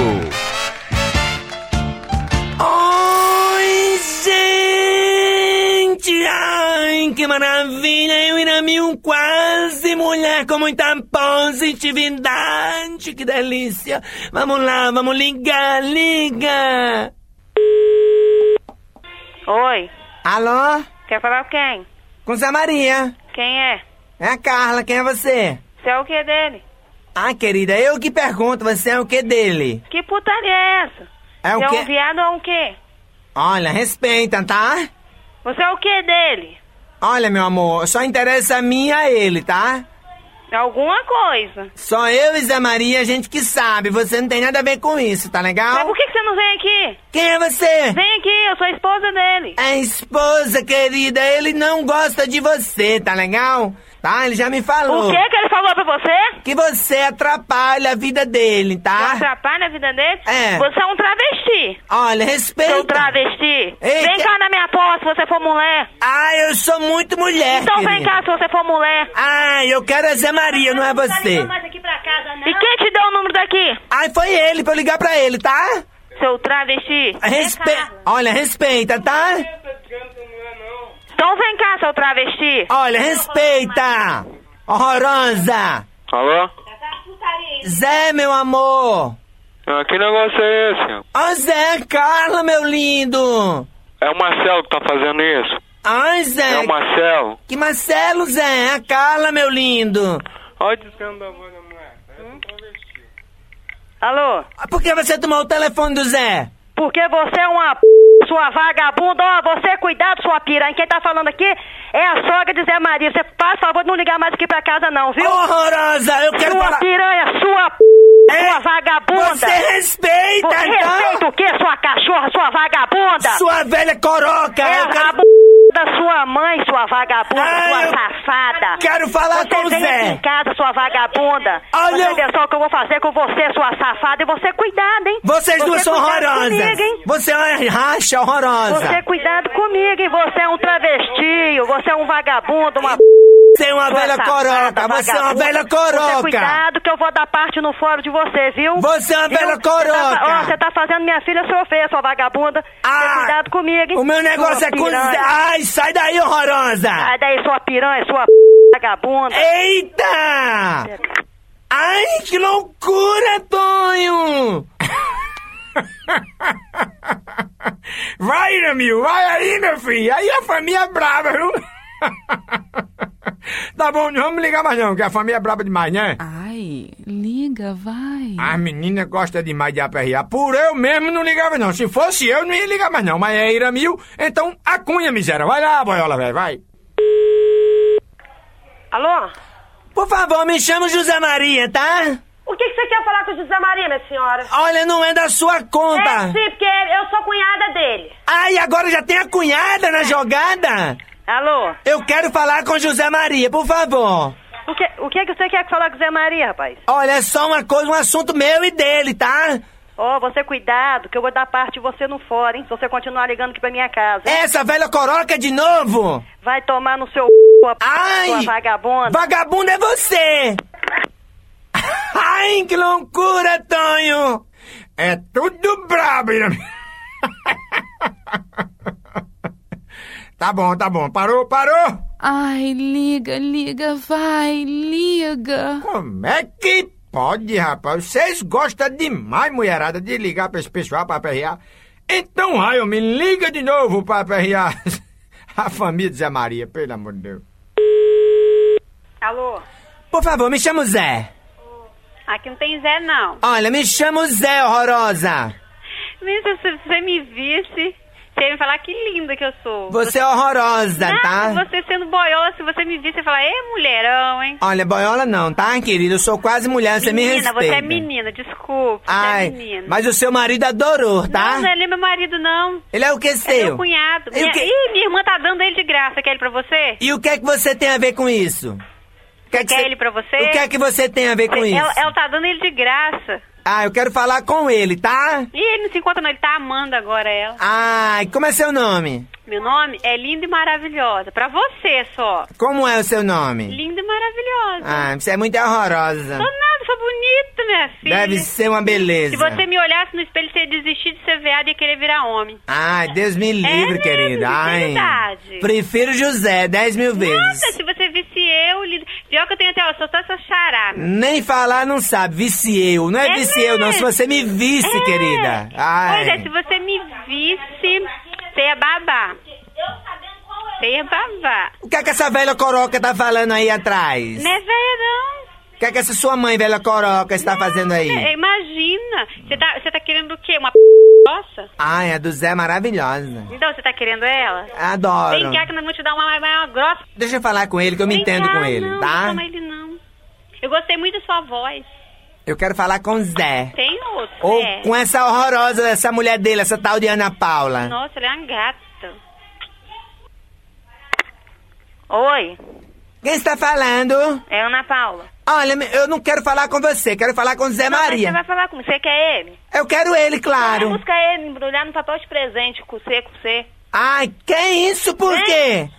Oi, gente! Ai, que maravilha! Eu irá mil quase mulher com muita positividade. Que delícia! Vamos lá, vamos ligar, liga!
Oi,
Alô?
quer falar com quem?
Com Zé Maria.
Quem é?
É a Carla, quem é você?
Você é o que dele?
Ah, querida, eu que pergunto, você é o que dele?
Que putaria é essa?
É o
Você é
quê?
um viado ou um quê?
Olha, respeita, tá?
Você é o que dele?
Olha, meu amor, só interessa a mim e a ele, tá?
Alguma coisa.
Só eu e Zé Maria, a gente que sabe. Você não tem nada a ver com isso, tá legal?
Mas por que, que você não vem aqui?
Quem é você?
Vem aqui, eu sou a esposa dele.
É esposa, querida. Ele não gosta de você, tá legal? Tá? Ele já me falou.
O que que ele falou pra você?
Que você atrapalha a vida dele, tá?
Atrapalha a vida dele?
É.
Você é um travesti.
Olha, respeita.
Seu travesti.
Ei,
vem
que-
é
cá na minha porta se você for mulher.
Ah, eu sou muito mulher,
Então vem
querida.
cá se você for mulher.
Ah, eu quero é Zé Maria, não é você.
E quem te deu o número daqui?
Ai, foi ele pra eu ligar pra ele, tá?
Seu travesti.
Respe... Olha, respeita, tá?
Então vem cá, seu travesti.
Olha, respeita! Horrorosa!
Alô?
tá né?
Zé, meu amor!
Ah, que negócio é esse?
Ó, Zé, Carla, meu lindo!
É o Marcelo que tá fazendo isso?
Ai, Zé!
É o Marcelo?
Que Marcelo, Zé! A Carla, meu lindo!
Olha o descando da voz da mulher.
Alô?
Ah, Por que você tomou o telefone do Zé?
Porque você é uma p... sua vagabunda. Ó, você cuidado, sua piranha. Quem tá falando aqui é a sogra de Zé Maria. Você faz favor de não ligar mais aqui pra casa não, viu?
Horrorosa, eu quero
sua
falar-
piranha, sua p... Sua vagabunda!
É. Você respeita,
Você
então?
respeita o quê, sua cachorra, sua vagabunda?
Sua velha coroca!
É
eu
a
quero...
b... da sua mãe, sua vagabunda,
Ai,
sua
eu
safada!
quero falar
você
com o
vem
Zé.
aqui em casa, sua vagabunda!
Olha,
Você vê só o que eu vou fazer com você, sua safada! E você cuidado, hein?
Vocês
Você
duas são
cuidado
horrorosas!
comigo, hein?
Você é uma racha horrorosa!
Você cuidado comigo, hein? Você é um travesti, você é um vagabundo, uma...
Você é uma
sua
velha
safada,
coroca! Você é uma
vagabunda.
velha
Você
coroca!
cuidado que eu vou dar parte no fórum de você, viu?
Você é uma
Viu?
velha
Você tá fa-
coroca.
Ó, você tá fazendo minha filha sofrer, sua vagabunda.
Ah,
Você cuidado comigo, hein?
O meu negócio
Sua
é com o Zé!
piranha.
Ai, sai daí, horrorosa!
Sai daí, sua piranha, sua p... vagabunda.
Eita! Ai, que loucura, Tonho! *laughs*
Vai, Iramil, vai aí, meu filho. Aí a família é brava, viu? *laughs* tá bom, não vamos ligar mais não, que a família é brava demais, né?
Ai, liga, vai.
As meninas gostam demais de aperrear. Por eu mesmo não ligava não. Se fosse eu, não ia ligar mais não. Mas é Iramil, então acunha, miséria. Vai lá, boiola, velho, vai.
Alô?
Por favor, me chama José Maria, tá?
O que, que você quer falar com o José Maria, minha senhora?
Olha, não é da sua
É
conta!
sim, porque eu sou cunhada dele.
Ai, agora já tem a cunhada na jogada!
Alô?
Eu quero falar com José Maria, por favor!
O que, o que que você quer falar com o Zé Maria, rapaz?
Olha, é só uma coisa, um assunto meu e dele, tá?
Ó, você cuidado, que eu vou dar parte de você no fórum, hein? Se você continuar ligando aqui pra minha casa. hein?
Essa velha coroca é de novo!
Vai tomar no seu... Sua, p-
Ai!
sua vagabunda.
Vagabundo é você! *laughs* Ai, que loucura, Tonho!
É tudo brabo, Iramil. *laughs* tá bom, tá bom. Parou, parou.
Ai, liga, liga, vai, liga.
Como é que pode, rapaz? Vocês gostam demais, mulherada, de ligar pra esse pessoal pra aperrear. Então, Raio, me liga de novo pra aperrear *laughs* a família de Zé Maria, pelo amor de Deus.
Alô?
Por favor, me chama o Zé.
Aqui não tem Zé, não.
Olha, me chama o Zé, horrorosa.
Menina, se você me visse, você ia me falar que linda que eu sou.
Você é horrorosa,
Ah,
tá?
Você sendo boiola, se você me visse, você ia falar, é mulherão, hein?
Olha, boiola não, tá, querido? Eu sou quase mulher, você me
menina,
respeita.
você é menina, desculpa.
Ai,
você é menina.
mas o seu marido adorou, tá?
Não, não, ele é meu marido, não.
Ele é o que
É
seu?
meu
E
cunhado.
o
Minha...
que-
Ih, minha irmã tá dando ele de graça. Quer ele pra você?
E o que é que você tem a ver com isso? O que é que
Quer
você-
ele pra você?
O que é que você tem a ver com
Ela,
isso?
ela tá dando ele de graça.
Ah, eu quero falar com ele, tá?
Ih, ele não se encontra não, ele tá amando agora ela.
Ai, como é seu nome?
Meu nome é Linda e Maravilhosa, pra você só.
Como é o seu nome?
Linda e Maravilhosa.
Ah, você é muito horrorosa.
Tô nada, sou bonita, minha filha.
Deve ser uma beleza.
Se você me olhasse no espelho, você ia desistir de ser veado e ia querer virar homem.
Ai, Deus me livre,
É mesmo, de
querida. Ai.
verdade.
Prefiro José, 10 mil
Nada,
vezes.
se você visse eu, Linda... Pior que eu tenho até, ó, sou só essa xará.
Nem falar não sabe, vice eu. Não é,
É
vice eu, não. Se
mesmo.
você me visse,
É.
querida. Ai.
Pois é, se você me visse, você ia babar. Você ia babar.
O que é que essa velha coroca tá falando aí atrás?
Não é velha, não.
O que é que essa sua mãe, velha coroca, está fazendo
É,
aí?
Imagina. Você tá, você tá querendo o quê? Uma p... nossa?
Ai, a do Zé é maravilhosa.
Então, você tá querendo ela?
Adoro.
Vem cá que nós vamos te dar uma, uma, uma grossa.
Deixa eu falar com ele que eu me
Vem
entendo
cá,
com ele,
não,
tá?
Não chama ele, não. Eu gostei muito da sua voz.
Eu quero falar com o Zé.
Tem outro,
Ou
é.
com essa horrorosa, essa mulher dele, essa tal de Ana Paula.
Nossa, ele é uma gata.
Oi. Quem está falando?
É Ana Paula.
Olha, me- eu não quero falar com você, quero falar com o Zé
Não, mas
Maria.
Você vai falar com Você quer ele?
Eu quero ele,
Você
claro.
busca ele, embrulhar no papel de presente com você, com você.
Ai, que isso, por quê?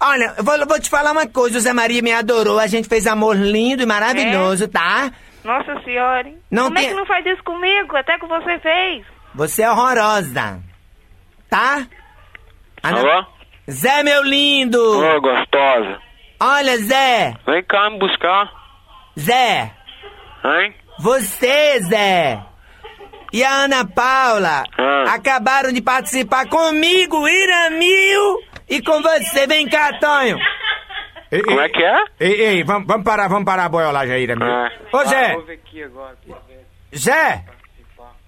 Olha, eu vou, vou te falar uma coisa, o Zé Maria me adorou, a gente fez amor lindo e maravilhoso, tá?
Nossa senhora, hein?
Não
É. Como é
tem-
que não faz isso comigo? Até que você fez.
Você é horrorosa, tá? Ana-
Alô?
Zé, meu lindo!
Ô, gostosa.
Olha, Zé!
Vem cá me buscar,
Zé!
hein?
Você, Zé! E a Ana Paula
Ah.
acabaram de participar comigo, Iramil! E com você, vem cá, Tonho!
Como é
que é?
Ei, ei, vamos, vamos parar, vamos parar a boiolagem aí, Iramil.
Ah.
Ah.
Ô, Zé! Zé!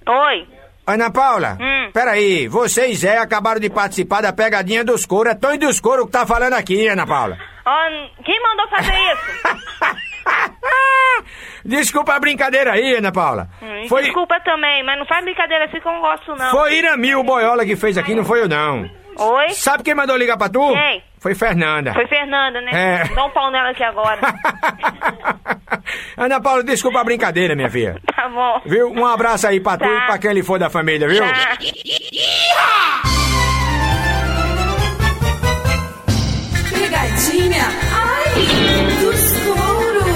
Oi!
Ana Paula,
Hum.
peraí, você e Zé acabaram de participar da pegadinha dos couro. É Tonho dos couro que tá falando aqui, Ana Paula.
Ó, quem mandou fazer isso?
Desculpa a brincadeira aí, Ana Paula.
Hum,
Foi-
Desculpa também, mas não faz brincadeira assim que eu não gosto, não.
Foi Iramil o boiola que fez aqui, não foi eu não.
Oi?
Sabe quem mandou ligar pra tu?
Quem?
Foi Fernanda.
Foi Fernanda, né?
É.
Dá um pau nela
*laughs*
aqui agora.
Ana Paula, desculpa a brincadeira, minha
*laughs*
filha.
tá bom.
Viu? Um abraço aí pra tu
Tá.
e pra quem ele for da família, viu?
Tá.
Pegadinha, ai, dos touros.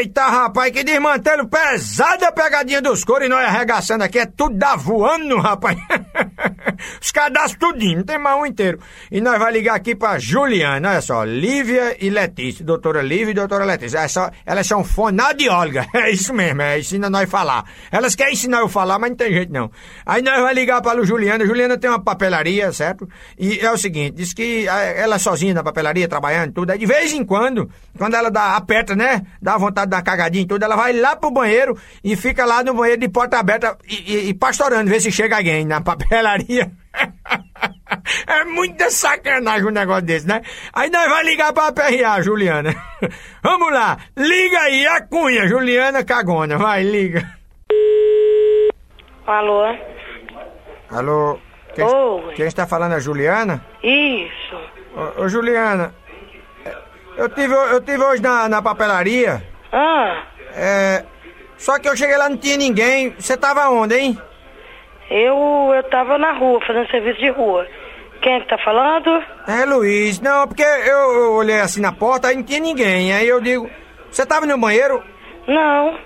Eita, rapaz, que desmantelo pesada a pegadinha dos couro e nós arregaçando aqui, é tudo dá voando, rapaz. *laughs* Os cadastros tudinho, não tem mais um inteiro. E nós vai ligar aqui pra Juliana, olha só, Lívia e Letícia, doutora Lívia e doutora Letícia. É só- elas são fonadiólogas, *laughs* é isso mesmo, é ensina nós falar. Elas querem ensinar eu falar, mas não tem jeito não. Aí nós vai ligar pra Juliana, Juliana tem uma papelaria, certo? E é o seguinte, diz que ah, ela sozinha na papelaria, trabalhando e tudo, aí de vez em quando, quando ela dá, aperta, né, dá vontade de dar uma cagadinha e tudo, ela vai lá pro banheiro e fica lá no banheiro de porta aberta e, e- e pastorando, vê se chega alguém na *laughs* papelaria. É muita sacanagem um negócio desse, né? Aí nós vai ligar pra PRA, Juliana. *laughs* Vamos lá, liga aí a cunha, Juliana Cagona, vai, liga.
Alô?
Alô, quem,
Oi.
quem está falando é a Juliana?
Isso.
Ô, ô, Juliana, é, eu tive, eu tive hoje na, na papelaria.
Ah.
É, só que eu cheguei lá não tinha ninguém. Você tava onde, hein?
Eu, eu tava na rua, fazendo serviço de rua. Quem é que tá falando?
É, Luiz. Não, porque eu, eu olhei assim na porta, aí não tinha ninguém. Aí eu digo, você tava no banheiro?
Não.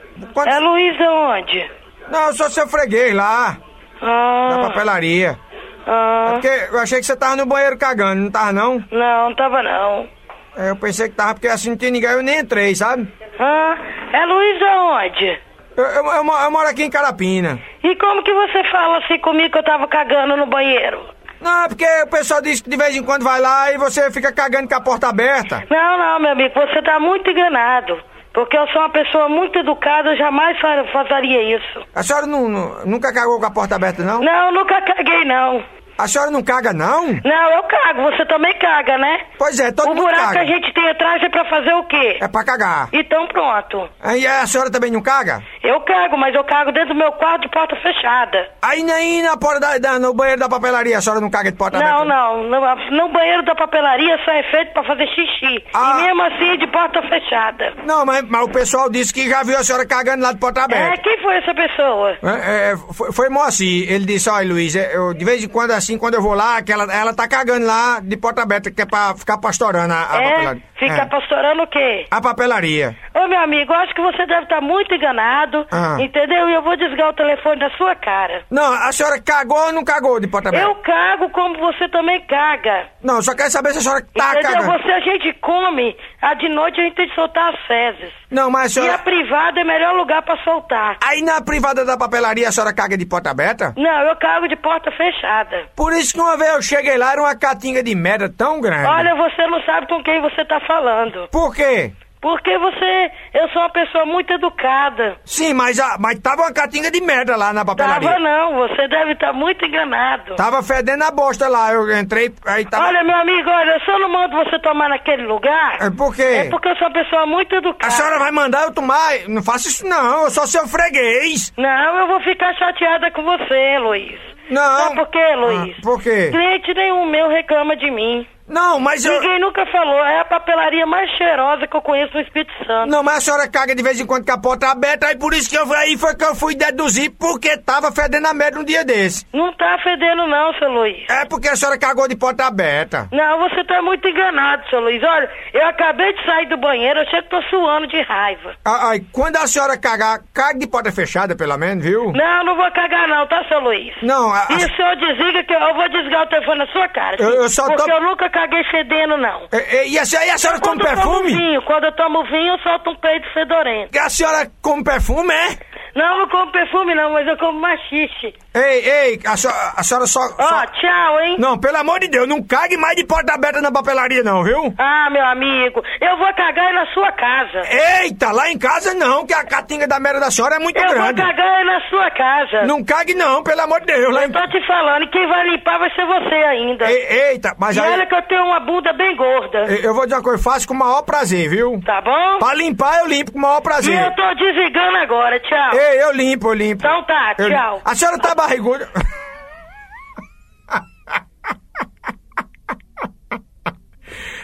É Luiz onde?
Não, eu sou seu freguês lá.
Ah.
Na papelaria.
Ah.
É porque eu achei que você tava no banheiro cagando, não tava não?
Não, não tava não.
É, eu pensei que tava, porque assim não tinha ninguém, eu nem entrei, sabe?
Ah, é Luiz aonde?
Eu, eu, eu mo- eu moro aqui em Carapina.
E como que você fala assim comigo que eu tava cagando no banheiro?
Não, é porque o pessoal diz que de vez em quando vai lá e você fica cagando com a porta aberta.
Não, não, meu amigo, você tá muito enganado. Porque eu sou uma pessoa muito educada, eu jamais fa-
é
faria isso.
A senhora nu- nu- nunca cagou com a porta aberta, não?
Não, nunca caguei, não.
A senhora não caga, não?
Não, eu cago, você também caga, né?
Pois é, todo
o
mundo
buraco
caga.
que a gente tem atrás é pra fazer o quê?
É pra cagar.
Então pronto.
Aí a senhora também não caga?
Eu cago, mas eu cago dentro do meu quarto de porta fechada.
Aí nem na porta da, da- no banheiro da papelaria a senhora não caga de porta
Não,
aberta?
não, não. No banheiro da papelaria só é feito pra fazer xixi. E mesmo assim é de porta fechada.
Ah. Não, mas, mas o pessoal disse que já viu a senhora cagando lá de porta aberta.
É, quem foi essa pessoa?
É, é, foi, foi Moacir, ele disse, olha Luiz, é, eu, de vez em quando assim, quando eu vou lá, que ela, ela tá cagando lá de porta aberta, que é pra ficar pastorando a, a
É?
papelaria.
Ficar pastorando o quê?
A papelaria.
Ô, meu amigo, eu acho que você deve estar muito enganado,
Ah.
entendeu? E eu vou desligar o telefone da sua cara.
Não, a senhora cagou ou não cagou de porta aberta?
Eu cago como você também caga.
Não, eu só quero saber se a senhora tá
Entendeu?
cagando.
Você a gente come, a de noite a gente tem que soltar as fezes.
Não, mas a
E
senhora...
a privada é o melhor lugar pra soltar.
Aí na privada da papelaria a senhora caga de porta aberta?
Não, eu cago de porta fechada.
Por isso que uma vez eu cheguei lá, era uma catinga de merda tão grande.
Olha, você não sabe com quem você tá falando.
Por quê?
Porque você. Eu sou uma pessoa muito educada.
Sim, mas, a, mas tava uma catinga de merda lá na papelaria.
Tava não, você deve estar muito enganado.
Tava fedendo a bosta lá, eu entrei, aí tava...
Olha, meu amigo, olha, eu só não mando você tomar naquele lugar.
É por quê?
É porque eu sou uma pessoa muito educada.
A senhora vai mandar eu tomar? Não faça isso não, eu sou seu freguês.
Não, eu vou ficar chateada com você, Luiz.
Não. Ah,
Sabe por quê, Luiz?
Por quê?
Cliente nenhum meu reclama de mim.
Não, mas eu...
Ninguém nunca falou. É a papelaria mais cheirosa que eu conheço no Espírito Santo.
Não, mas a senhora caga de vez em quando com a porta aberta, aí por isso que eu fui- aí foi que eu fui deduzir porque tava fedendo a merda um dia desse.
Não tá fedendo não, seu Luiz.
É porque a senhora cagou de porta aberta.
Não, você tá muito enganado, seu Luiz. Olha, eu acabei de sair do banheiro, eu chego tô suando de raiva.
Ah, Ai, quando a senhora cagar, cague de porta fechada pelo menos, viu?
Não, não vou cagar não, tá, seu Luiz?
Não, a- a-
E o senhor desliga que eu, eu vou desligar o telefone na sua cara.
Eu-
sim?
eu só tô-
Porque eu nunca caguei fedendo, não.
É, E, e- e a senhora, e a senhora come
Quando eu tomo
perfume?
vinho, quando eu tomo vinho, eu solto um peito fedorento.
E a senhora come perfume, é?
Não, não como perfume não, mas eu como machixe.
Ei, ei, a senhora, a senhora só...
Ó,
só-
tchau, hein?
Não, pelo amor de Deus, não cague mais de porta aberta na papelaria não, viu?
Ah, meu amigo, eu vou cagar aí na sua casa.
Eita, lá em casa não, que a catinga da merda da senhora é muito
Eu vou
grande.
cagar aí na sua casa.
Não cague não, pelo amor de Deus. Lá em...
Eu tô te falando, quem vai limpar vai ser você ainda.
Eita, mas
e
aí...
olha é que eu tenho uma bunda bem gorda.
Eu eu vou dizer uma coisa, eu faço com o maior prazer, viu?
Tá bom?
Pra limpar, eu limpo com o maior prazer.
E eu tô desligando agora, tchau.
Ei, eu limpo, eu limpo.
Então tá,
Eu-
tchau.
A senhora tá barriguda. *laughs*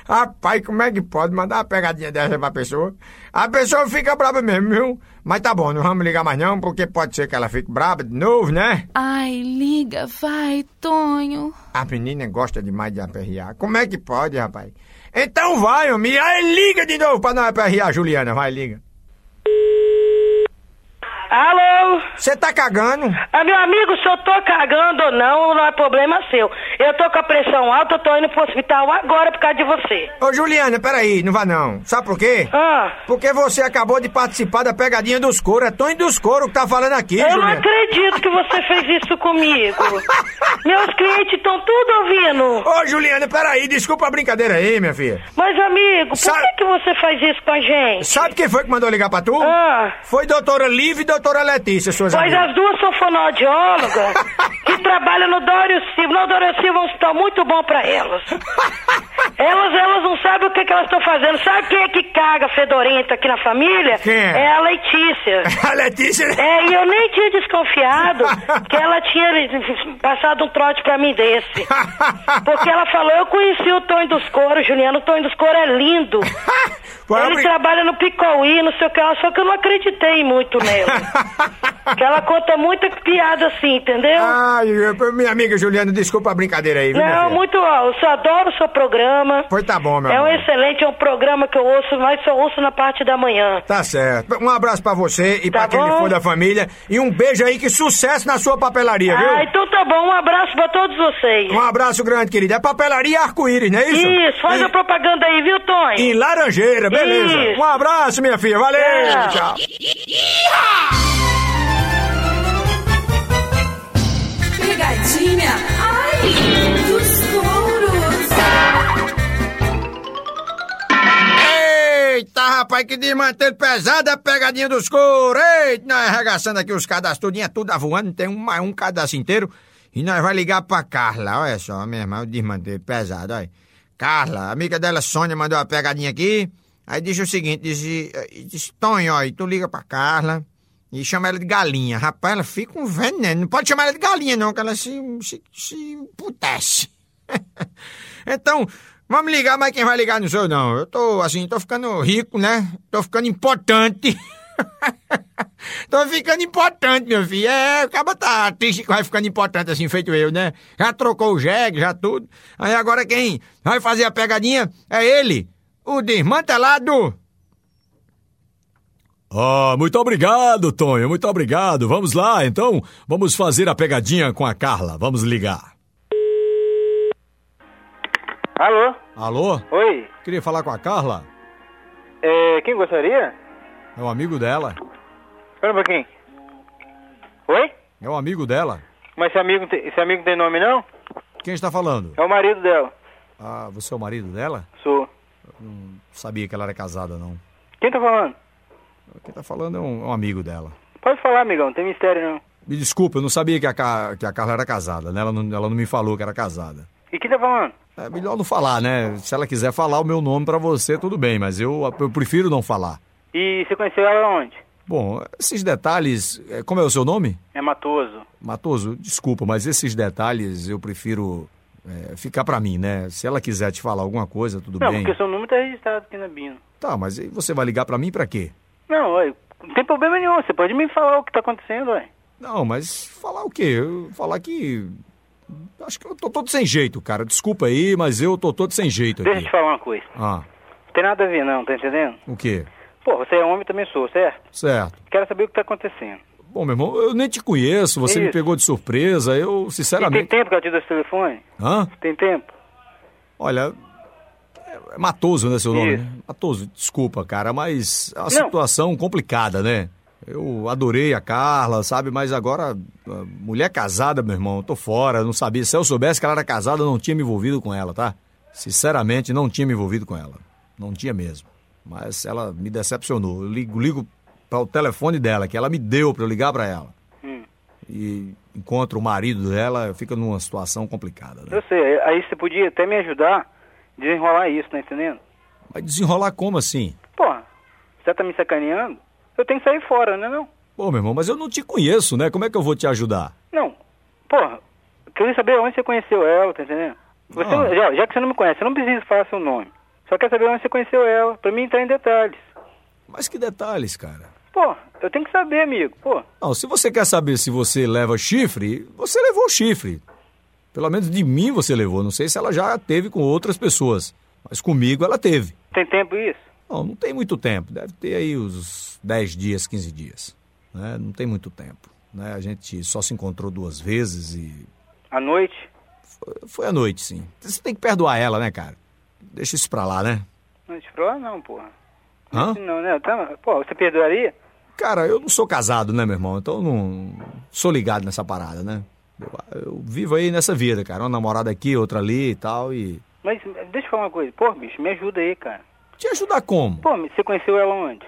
Rapaz, como é que pode mandar uma pegadinha dessa pra pessoa? A pessoa fica braba mesmo, viu? Mas tá bom, não vamos ligar mais não, porque pode ser que ela fique braba de novo, né?
Ai, liga, vai, Tonho.
A menina gosta demais de aperrear. Como é que pode, rapaz? Então vai, homem. Aí liga de novo pra não aperrear, Juliana. Vai, liga.
Alô?
Você tá cagando?
Ah, meu amigo, se eu tô cagando ou não, não é problema seu. Eu tô com a pressão alta, eu tô indo pro hospital agora por causa de você.
Ô, Juliana, peraí, não vá não. Sabe por quê?
Ah.
Porque você acabou de participar da pegadinha dos couro. É Tony dos couro que tá falando aqui,
eu não
Juliana.
acredito que você fez isso comigo.
*laughs*
Meus clientes estão tudo ouvindo.
Ô, Juliana, peraí, desculpa a brincadeira aí, minha filha.
Mas, amigo, por
Sabe-
que, que você faz isso com a gente?
Sabe quem foi que mandou ligar pra tu?
Ah.
Foi doutora Liv e doutora Letícia, suas
Mas
amigas.
as duas são fonoaudiólogas que trabalham no Dório Silva. No Dório Silva é um hospital muito bom pra elas. Elas, elas não sabem o que, que elas estão fazendo. Sabe quem é que caga fedorenta tá aqui na família?
Quem é?
a Letícia.
*laughs* A Letícia?
É, e eu nem tinha desconfiado que ela tinha passado um trote pra mim desse. Porque ela falou, eu conheci o Tonho dos Coros, Juliano. O Tonho dos Coros é
*laughs*
lindo. Ele trabalha no Picuí, não sei o que lá, só que eu não acreditei muito nela. que ela conta muita piada assim, entendeu?
Ai, eu- minha amiga Juliana, desculpa a brincadeira aí, viu, minha
Não,
filha?
muito, ó, eu só adoro o seu programa.
Pois tá bom, meu
É um
amor.
excelente, é um programa que eu ouço, mas só ouço na parte da manhã.
Tá certo. Um abraço pra você e pra quem
Tá bom?
for da família. E um beijo aí, que sucesso na sua papelaria, viu?
Ah, então tá bom, um abraço pra todos vocês.
Um abraço grande, querida. É papelaria arco-íris, não é isso?
Isso, faz a propaganda aí, viu, Tonho?
Em Laranjeira, beleza.
Isso.
Um abraço, minha filha. Valeu.
É.
Tchau.
Pegadinha, ai, dos touros.
Eita, rapaz, que desmantelho pesado é a pegadinha dos couro. Eita, nós arregaçando aqui os cadastros, tudinho, é tudo voando, tem um, mais um cadastro inteiro. E nós vai ligar pra Carla, olha só, minha irmã, eu desmantei, pesado, olha. Carla, amiga dela Sônia mandou uma pegadinha aqui. Aí diz o seguinte, diz, eh, diz Tonho, ó, e tu liga pra Carla e chama ela de galinha. Rapaz, ela fica um veneno. Não pode chamar ela de galinha, não, que ela se, se, se putece. então, vamos ligar, mas quem vai ligar não sou eu, não. Eu tô, assim, tô ficando rico, né? Tô ficando importante. *laughs* Tô ficando importante, meu filho. É, o cara tá triste que vai ficando importante assim, feito eu, né? Já trocou o jegue, já tudo. Aí agora quem vai fazer a pegadinha é ele, o desmantelado.
Ah, muito obrigado, Tonho, muito obrigado. Vamos lá, então, vamos fazer a pegadinha com a Carla. Vamos ligar.
Alô?
Alô?
Oi?
Queria falar com a Carla?
É, quem gostaria?
É um amigo dela.
Espera um pouquinho. Oi?
É um amigo dela.
Mas esse amigo, tem- esse amigo não tem nome, não?
Quem está falando?
É o marido dela.
Ah, você é o marido dela?
Sou.
Não sabia que ela era casada, não.
Quem tá falando?
Quem tá falando é um, é um amigo dela.
Pode falar, amigão, não tem mistério, não.
Me desculpa, eu não sabia que a, Ca- que a Carla era casada, né? Ela não, ela não me falou que era casada.
E quem tá falando?
É melhor não falar, né? Se ela quiser falar o meu nome pra você, tudo bem, mas eu, eu prefiro não falar.
E você conheceu ela onde?
Bom, esses detalhes. eh, Como é o seu nome?
É Matoso.
Matoso, desculpa, mas esses detalhes eu prefiro eh, ficar pra mim, né? Se ela quiser te falar alguma coisa, tudo
não,
bem.
porque o seu número tá registrado aqui na Bino.
Tá, mas aí você vai ligar pra mim pra quê?
Não, olha, não tem problema nenhum. Você pode me falar o que tá acontecendo, ué.
Não, mas falar o quê? Eu falar que. Acho que eu tô todo sem jeito, cara. Desculpa aí, mas eu tô todo sem jeito
Deixa eu
aqui.
te falar uma coisa.
Ah,
Não tem nada a ver, não, tá entendendo?
o quê?
Pô, você é homem, também sou, certo?
Certo.
Quero saber o que tá acontecendo.
Bom, meu irmão, eu nem te conheço, você me
Isso.
pegou de surpresa, eu,
E tem *laughs*
sinceramente.
tempo que eu te dou esse telefone?
Hã?
Tem tempo?
Olha. é- É Matoso, né, seu nome?
Isso.
né? Matoso, desculpa, cara, mas é uma
Não.
situação complicada, né? Eu adorei a Carla, sabe? Mas agora, a mulher casada, meu irmão, eu tô fora, eu não sabia. Se eu soubesse que ela era casada, eu não tinha me envolvido com ela, tá? Sinceramente, não tinha me envolvido com ela. Não tinha mesmo. Mas ela me decepcionou. Eu ligo, ligo para o telefone dela, que ela me deu pra eu ligar pra ela.
Hum.
E encontro o marido dela, fica numa situação complicada, né?
Eu sei, aí você podia até me ajudar a desenrolar isso, tá entendendo?
Mas desenrolar como assim?
Porra, você tá me sacaneando? Eu tenho que sair fora, né não?
Pô, meu irmão, mas eu não te conheço, né? Como é que eu vou te ajudar?
Não, porra, eu queria saber onde você conheceu ela, tá entendendo? Você,
Não.
já, já que você não me conhece, você não precisa falar seu nome. Só quero saber onde você conheceu ela, pra mim entrar em detalhes.
Mas que detalhes, cara.
Pô, eu tenho que saber, amigo, pô.
Não, se você quer saber se você leva chifre, você levou chifre. Pelo menos de mim você levou. Não sei se ela já teve com outras pessoas, mas comigo ela teve.
Tem tempo isso?
Não, não tem muito tempo. Deve ter aí uns 10 dias, 15 dias. né? Não tem muito tempo. né? A gente só se encontrou duas vezes e
À noite?
foi à noite, sim. Você tem que perdoar ela, né, cara? Deixa isso pra lá, né?
Noite pra lá não, porra.
Hã?
Não, né? Tá, pô, você perdoaria?
Cara, eu não sou casado, né, meu irmão? Então eu não sou ligado nessa parada, né? Eu, eu vivo aí nessa vida, cara. Uma namorada aqui, outra ali e tal. E.
Mas deixa eu falar uma coisa. Pô, bicho, me ajuda aí, cara.
Te ajudar como?
Pô, você conheceu ela onde?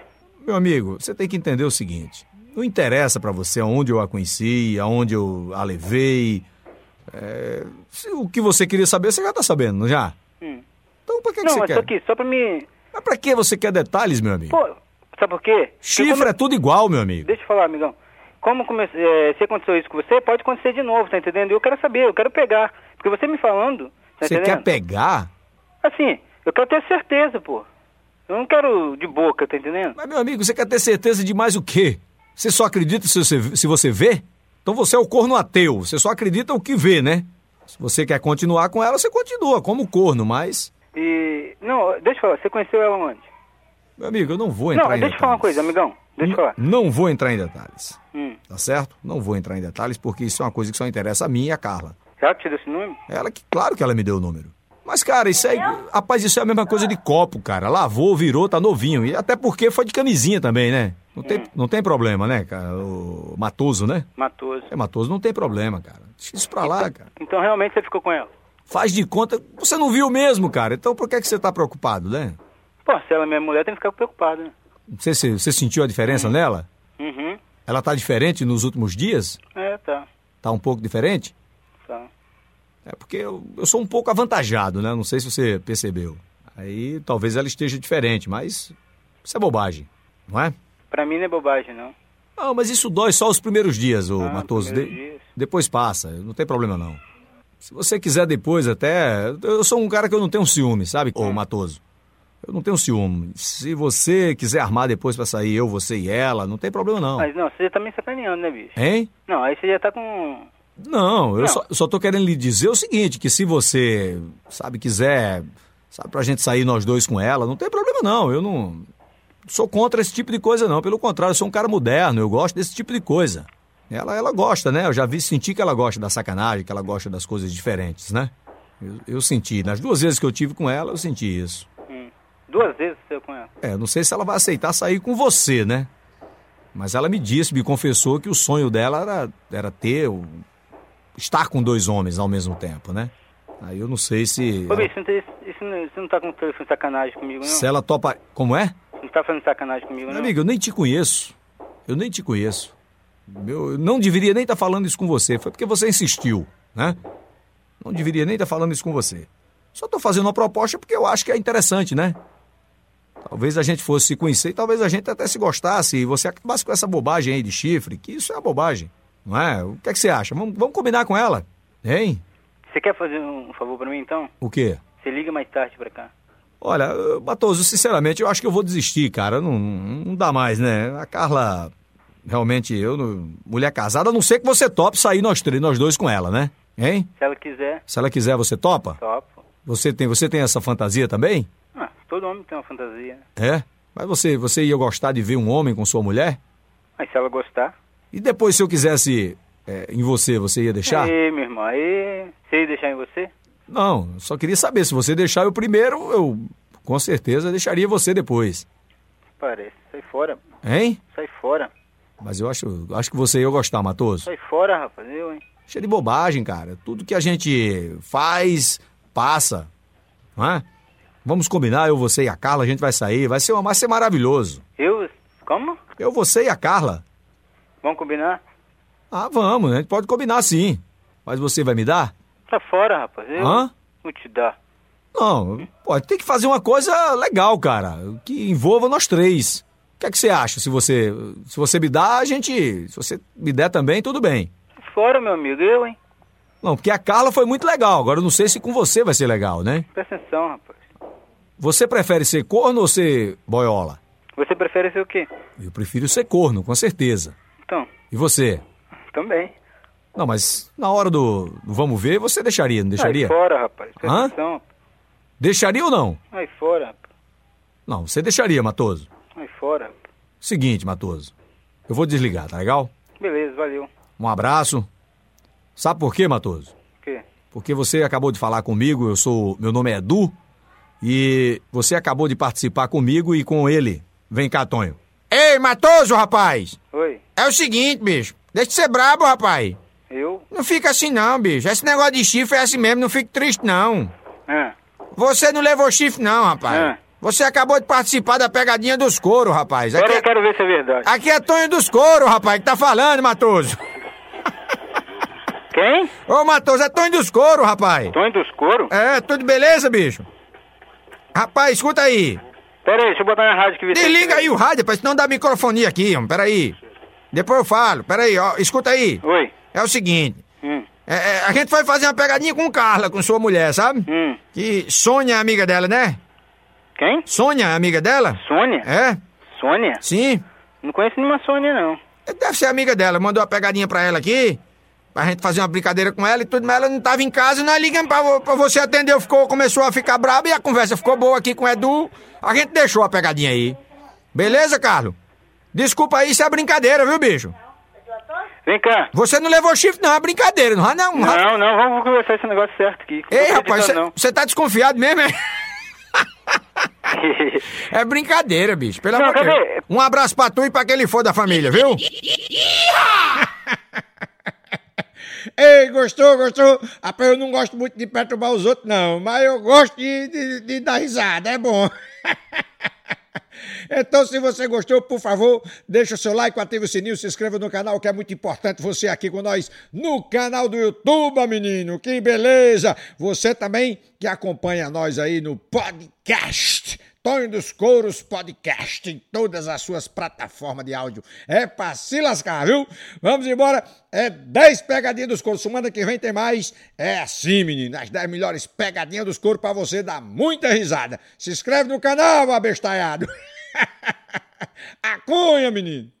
Meu amigo, você tem que entender o seguinte: não interessa pra você aonde eu a conheci, aonde eu a levei. É, se o que você queria saber, você já tá sabendo, não já?
Hum.
Então, pra que, que
não,
você
mas
quer?
só aqui, só pra me...
Mas pra que você quer detalhes, meu amigo?
Pô, sabe por quê?
Chifre é tudo igual, meu amigo.
Deixa eu falar, amigão. Como come... eh, se aconteceu isso com você, pode acontecer de novo, tá entendendo? Eu quero saber, eu quero pegar. Porque você me falando, tá
Você quer
entendendo?
pegar?
Assim, eu quero ter certeza, pô. Eu não quero de boca, tá entendendo?
Mas, meu amigo, você quer ter certeza de mais o quê? Você só acredita se você, se você vê? Então você é o corno ateu, você só acredita o que vê, né? Se você quer continuar com ela, você continua como corno, mas.
E... Não, deixa eu falar, você conheceu ela onde?
Meu amigo, eu não vou entrar
Não,
em
deixa eu falar uma
detalhes.
coisa, amigão. Deixa eu falar.
Não vou entrar em detalhes,
Hum.
tá certo? Não vou entrar em detalhes porque isso é uma coisa que só interessa a mim e a Carla.
Será que te deu esse número?
É Ela que, claro que ela me deu o número. Mas, cara, isso é. Rapaz, isso é a mesma coisa de copo, cara. Lavou, virou, tá novinho. E até porque foi de camisinha também, né? Não
É.
tem, não tem problema, né, cara? O Matoso, né?
Matoso.
É, Matoso não tem problema, cara. Deixa isso pra lá, cara.
Então realmente você ficou com ela?
Faz de conta. Você não viu mesmo, cara. Então por que, é que você tá preocupado, né?
Pô, se ela é minha mulher, tem que ficar preocupado, né?
Você, você, você sentiu a diferença nela?
Uhum.
Ela tá diferente nos últimos dias?
É, tá.
Tá um pouco diferente? É porque eu, eu sou um pouco avantajado, né? Não sei se você percebeu. Aí talvez ela esteja diferente, mas isso é bobagem, não é?
Pra mim não é bobagem, não.
Não, mas isso dói só os primeiros dias, ô Matoso.
Ah, primeiros
De- Depois passa, não tem problema não. Se você quiser depois até... Eu sou um cara que eu não tenho ciúme, sabe,
É.
ô Matoso? Eu não tenho ciúme. Se você quiser armar depois pra sair eu, você e ela, não tem problema não.
Mas não, você já tá me sacaneando, né, bicho?
Hein?
Não, aí você já tá com.
Não, eu
Não.
Só, só tô querendo lhe dizer o seguinte, que se você, sabe, quiser, sabe, pra gente sair nós dois com ela, não tem problema não, eu não sou contra esse tipo de coisa não, pelo contrário, eu sou um cara moderno, eu gosto desse tipo de coisa. Ela, ela gosta, né, eu já vi, senti que ela gosta da sacanagem, que ela gosta das coisas diferentes, né? Eu, eu senti, nas duas vezes que eu tive com ela, eu senti isso.
Hum. Duas vezes você com ela.
É, não sei se ela vai aceitar sair com você, né? Mas ela me disse, me confessou que o sonho dela era, era ter, um- estar com dois homens ao mesmo tempo, né? Aí eu não sei se.
Ô, bicho, não tem- isso não, você não tá com telefone sacanagem comigo, não?
se ela topa. Como é?
Você não tá fazendo sacanagem comigo, não?
Amigo, eu nem te conheço. Eu nem te conheço. Eu eu não deveria nem estar falando isso com você. Foi porque você insistiu, né? Não deveria nem estar falando isso com você. Só estou fazendo uma proposta porque eu acho que é interessante, né? Talvez a gente fosse se conhecer e talvez a gente até se gostasse e você acabasse com essa bobagem aí de chifre, que isso é uma bobagem, não é? O que é que você acha? Vamos, vamos combinar com ela, hein?
Você quer fazer um favor pra mim, então?
O quê?
Você liga mais tarde pra cá.
Olha, eh, Batoso, sinceramente, eu acho que eu vou desistir, cara. Não, não dá mais, né? A Carla, realmente, eu, não- mulher casada, a não ser que você tope sair nós três, nós dois com ela, né? Hein?
Se ela quiser,
Se ela quiser, você topa?
topo.
Você tem, você tem essa fantasia também?
Ah, todo homem tem uma fantasia.
É? Mas você, você ia gostar de ver um homem com sua mulher?
Mas se ela gostar.
E depois, se eu quisesse eh, em você, você ia deixar?
Aí, meu irmão, aí. Você ia deixar em você?
Não, só queria saber, se você deixar eu primeiro, eu com certeza deixaria você depois.
Parece. Sai fora.
Hein?
Sai fora.
Mas eu acho, acho que você ia gostar, Matoso.
Sai fora, rapaz. Eu, hein?
Cheio de bobagem, cara. Tudo que a gente faz, passa. Não é? Vamos combinar, eu, você e a Carla, a gente vai sair. Vai ser, uma, vai ser maravilhoso.
Eu? Como?
Eu, você e a Carla.
Vamos combinar?
Ah, vamos, a gente pode combinar sim. Mas você vai me dar?
Sai fora, rapaz. Eu
Hã?
vou te dar.
Não, pode. Tem que fazer uma coisa legal, cara. Que envolva nós três. O que é que você acha? Se você, se você me dá, a gente. Se você me der também, tudo bem.
Fora, meu amigo. Eu, hein?
Não, porque a Carla foi muito legal. Agora eu não sei se com você vai ser legal, né?
Presta atenção, rapaz.
Você prefere ser corno ou ser boiola?
Você prefere ser o quê?
Eu prefiro ser corno, com certeza.
Então,
E você?
também.
Não, mas na hora do do vamos ver, você deixaria, não deixaria?
Sai fora, rapaz. Presta
Hã?
atenção. rapaz.
Deixaria ou não?
Sai fora, rapaz.
Não, você deixaria, Matoso.
Sai fora. rapaz.
Seguinte, Matoso. Eu vou desligar, tá legal?
Beleza, valeu.
Um abraço. Sabe por quê, Matoso?
O quê?
Porque você acabou de falar comigo, eu sou, meu nome é Edu, e você acabou de participar comigo e com ele. Vem cá, Tonho.
Ei, Matoso, rapaz!
Oi.
É o seguinte, bicho. Deixa de ser brabo, rapaz.
Eu?
Não fica assim, não, bicho. Esse negócio de chifre é assim mesmo, não fique triste, não.
Ah,
Você não levou chifre, não, rapaz.
Ah.
Você acabou de participar da pegadinha dos couro, rapaz.
agora
Aqui
eu
é,
quero ver se é verdade.
aqui é Tonho dos couro, rapaz, que tá falando, Matoso.
Quem?
Ô, Matoso, é Tonho dos couro, rapaz.
Tonho dos couro?
É, tudo beleza, bicho? Rapaz, escuta aí.
Pera aí, deixa eu botar na rádio que você...
Desliga aí o rádio, rapaz, senão dá microfonia aqui, homem. Peraí. Depois eu falo. Peraí, ó. Escuta aí.
Oi.
É o seguinte.
Hum.
é, é, a gente foi fazer uma pegadinha com Carla, com sua mulher, sabe?
Hum.
Que Sônia é amiga dela, né?
Quem?
Sônia é amiga dela?
Sônia?
É?
Sônia?
Sim.
Não conheço nenhuma Sônia, não.
Deve ser amiga dela. Mandou uma pegadinha pra ela aqui, pra gente fazer uma brincadeira com ela e tudo, mas ela não tava em casa. Nós ligamos pra, vo- pra você atender, ficou, começou a ficar braba e a conversa ficou boa aqui com o Edu. A gente deixou a pegadinha aí. Beleza, Carlos? Desculpa aí se é brincadeira, viu, bicho?
Vem cá.
Você não levou chifre, não, é brincadeira, não é não?
Não, não, vamos conversar esse negócio certo aqui.
Ei,
Não tô
rapaz,
acreditando, não.
você tá desconfiado mesmo, é? *laughs* É brincadeira, bicho. Pelo
Não,
amor de
cadê?
Deus. Um abraço pra tu e pra aquele for da família, viu?
*laughs* Ei, gostou, gostou? Rapaz, eu não gosto muito de perturbar os outros, não, mas eu gosto de, de- de dar risada, é bom.
Então, se você gostou, por favor, deixa o seu like, ative o sininho, se inscreva no canal, que é muito importante você aqui com nós no canal do YouTube, menino. Que beleza! Você também que acompanha nós aí no podcast. Tonho dos Couros Podcast em todas as suas plataformas de áudio. É pra se lascar, viu? Vamos embora. É 10 pegadinhas dos couros. Semana que vem tem mais. É assim, menino. As 10 melhores pegadinhas dos couros pra você dar muita *laughs* risada. Se inscreve no canal, abestalhado. A cunha, menino.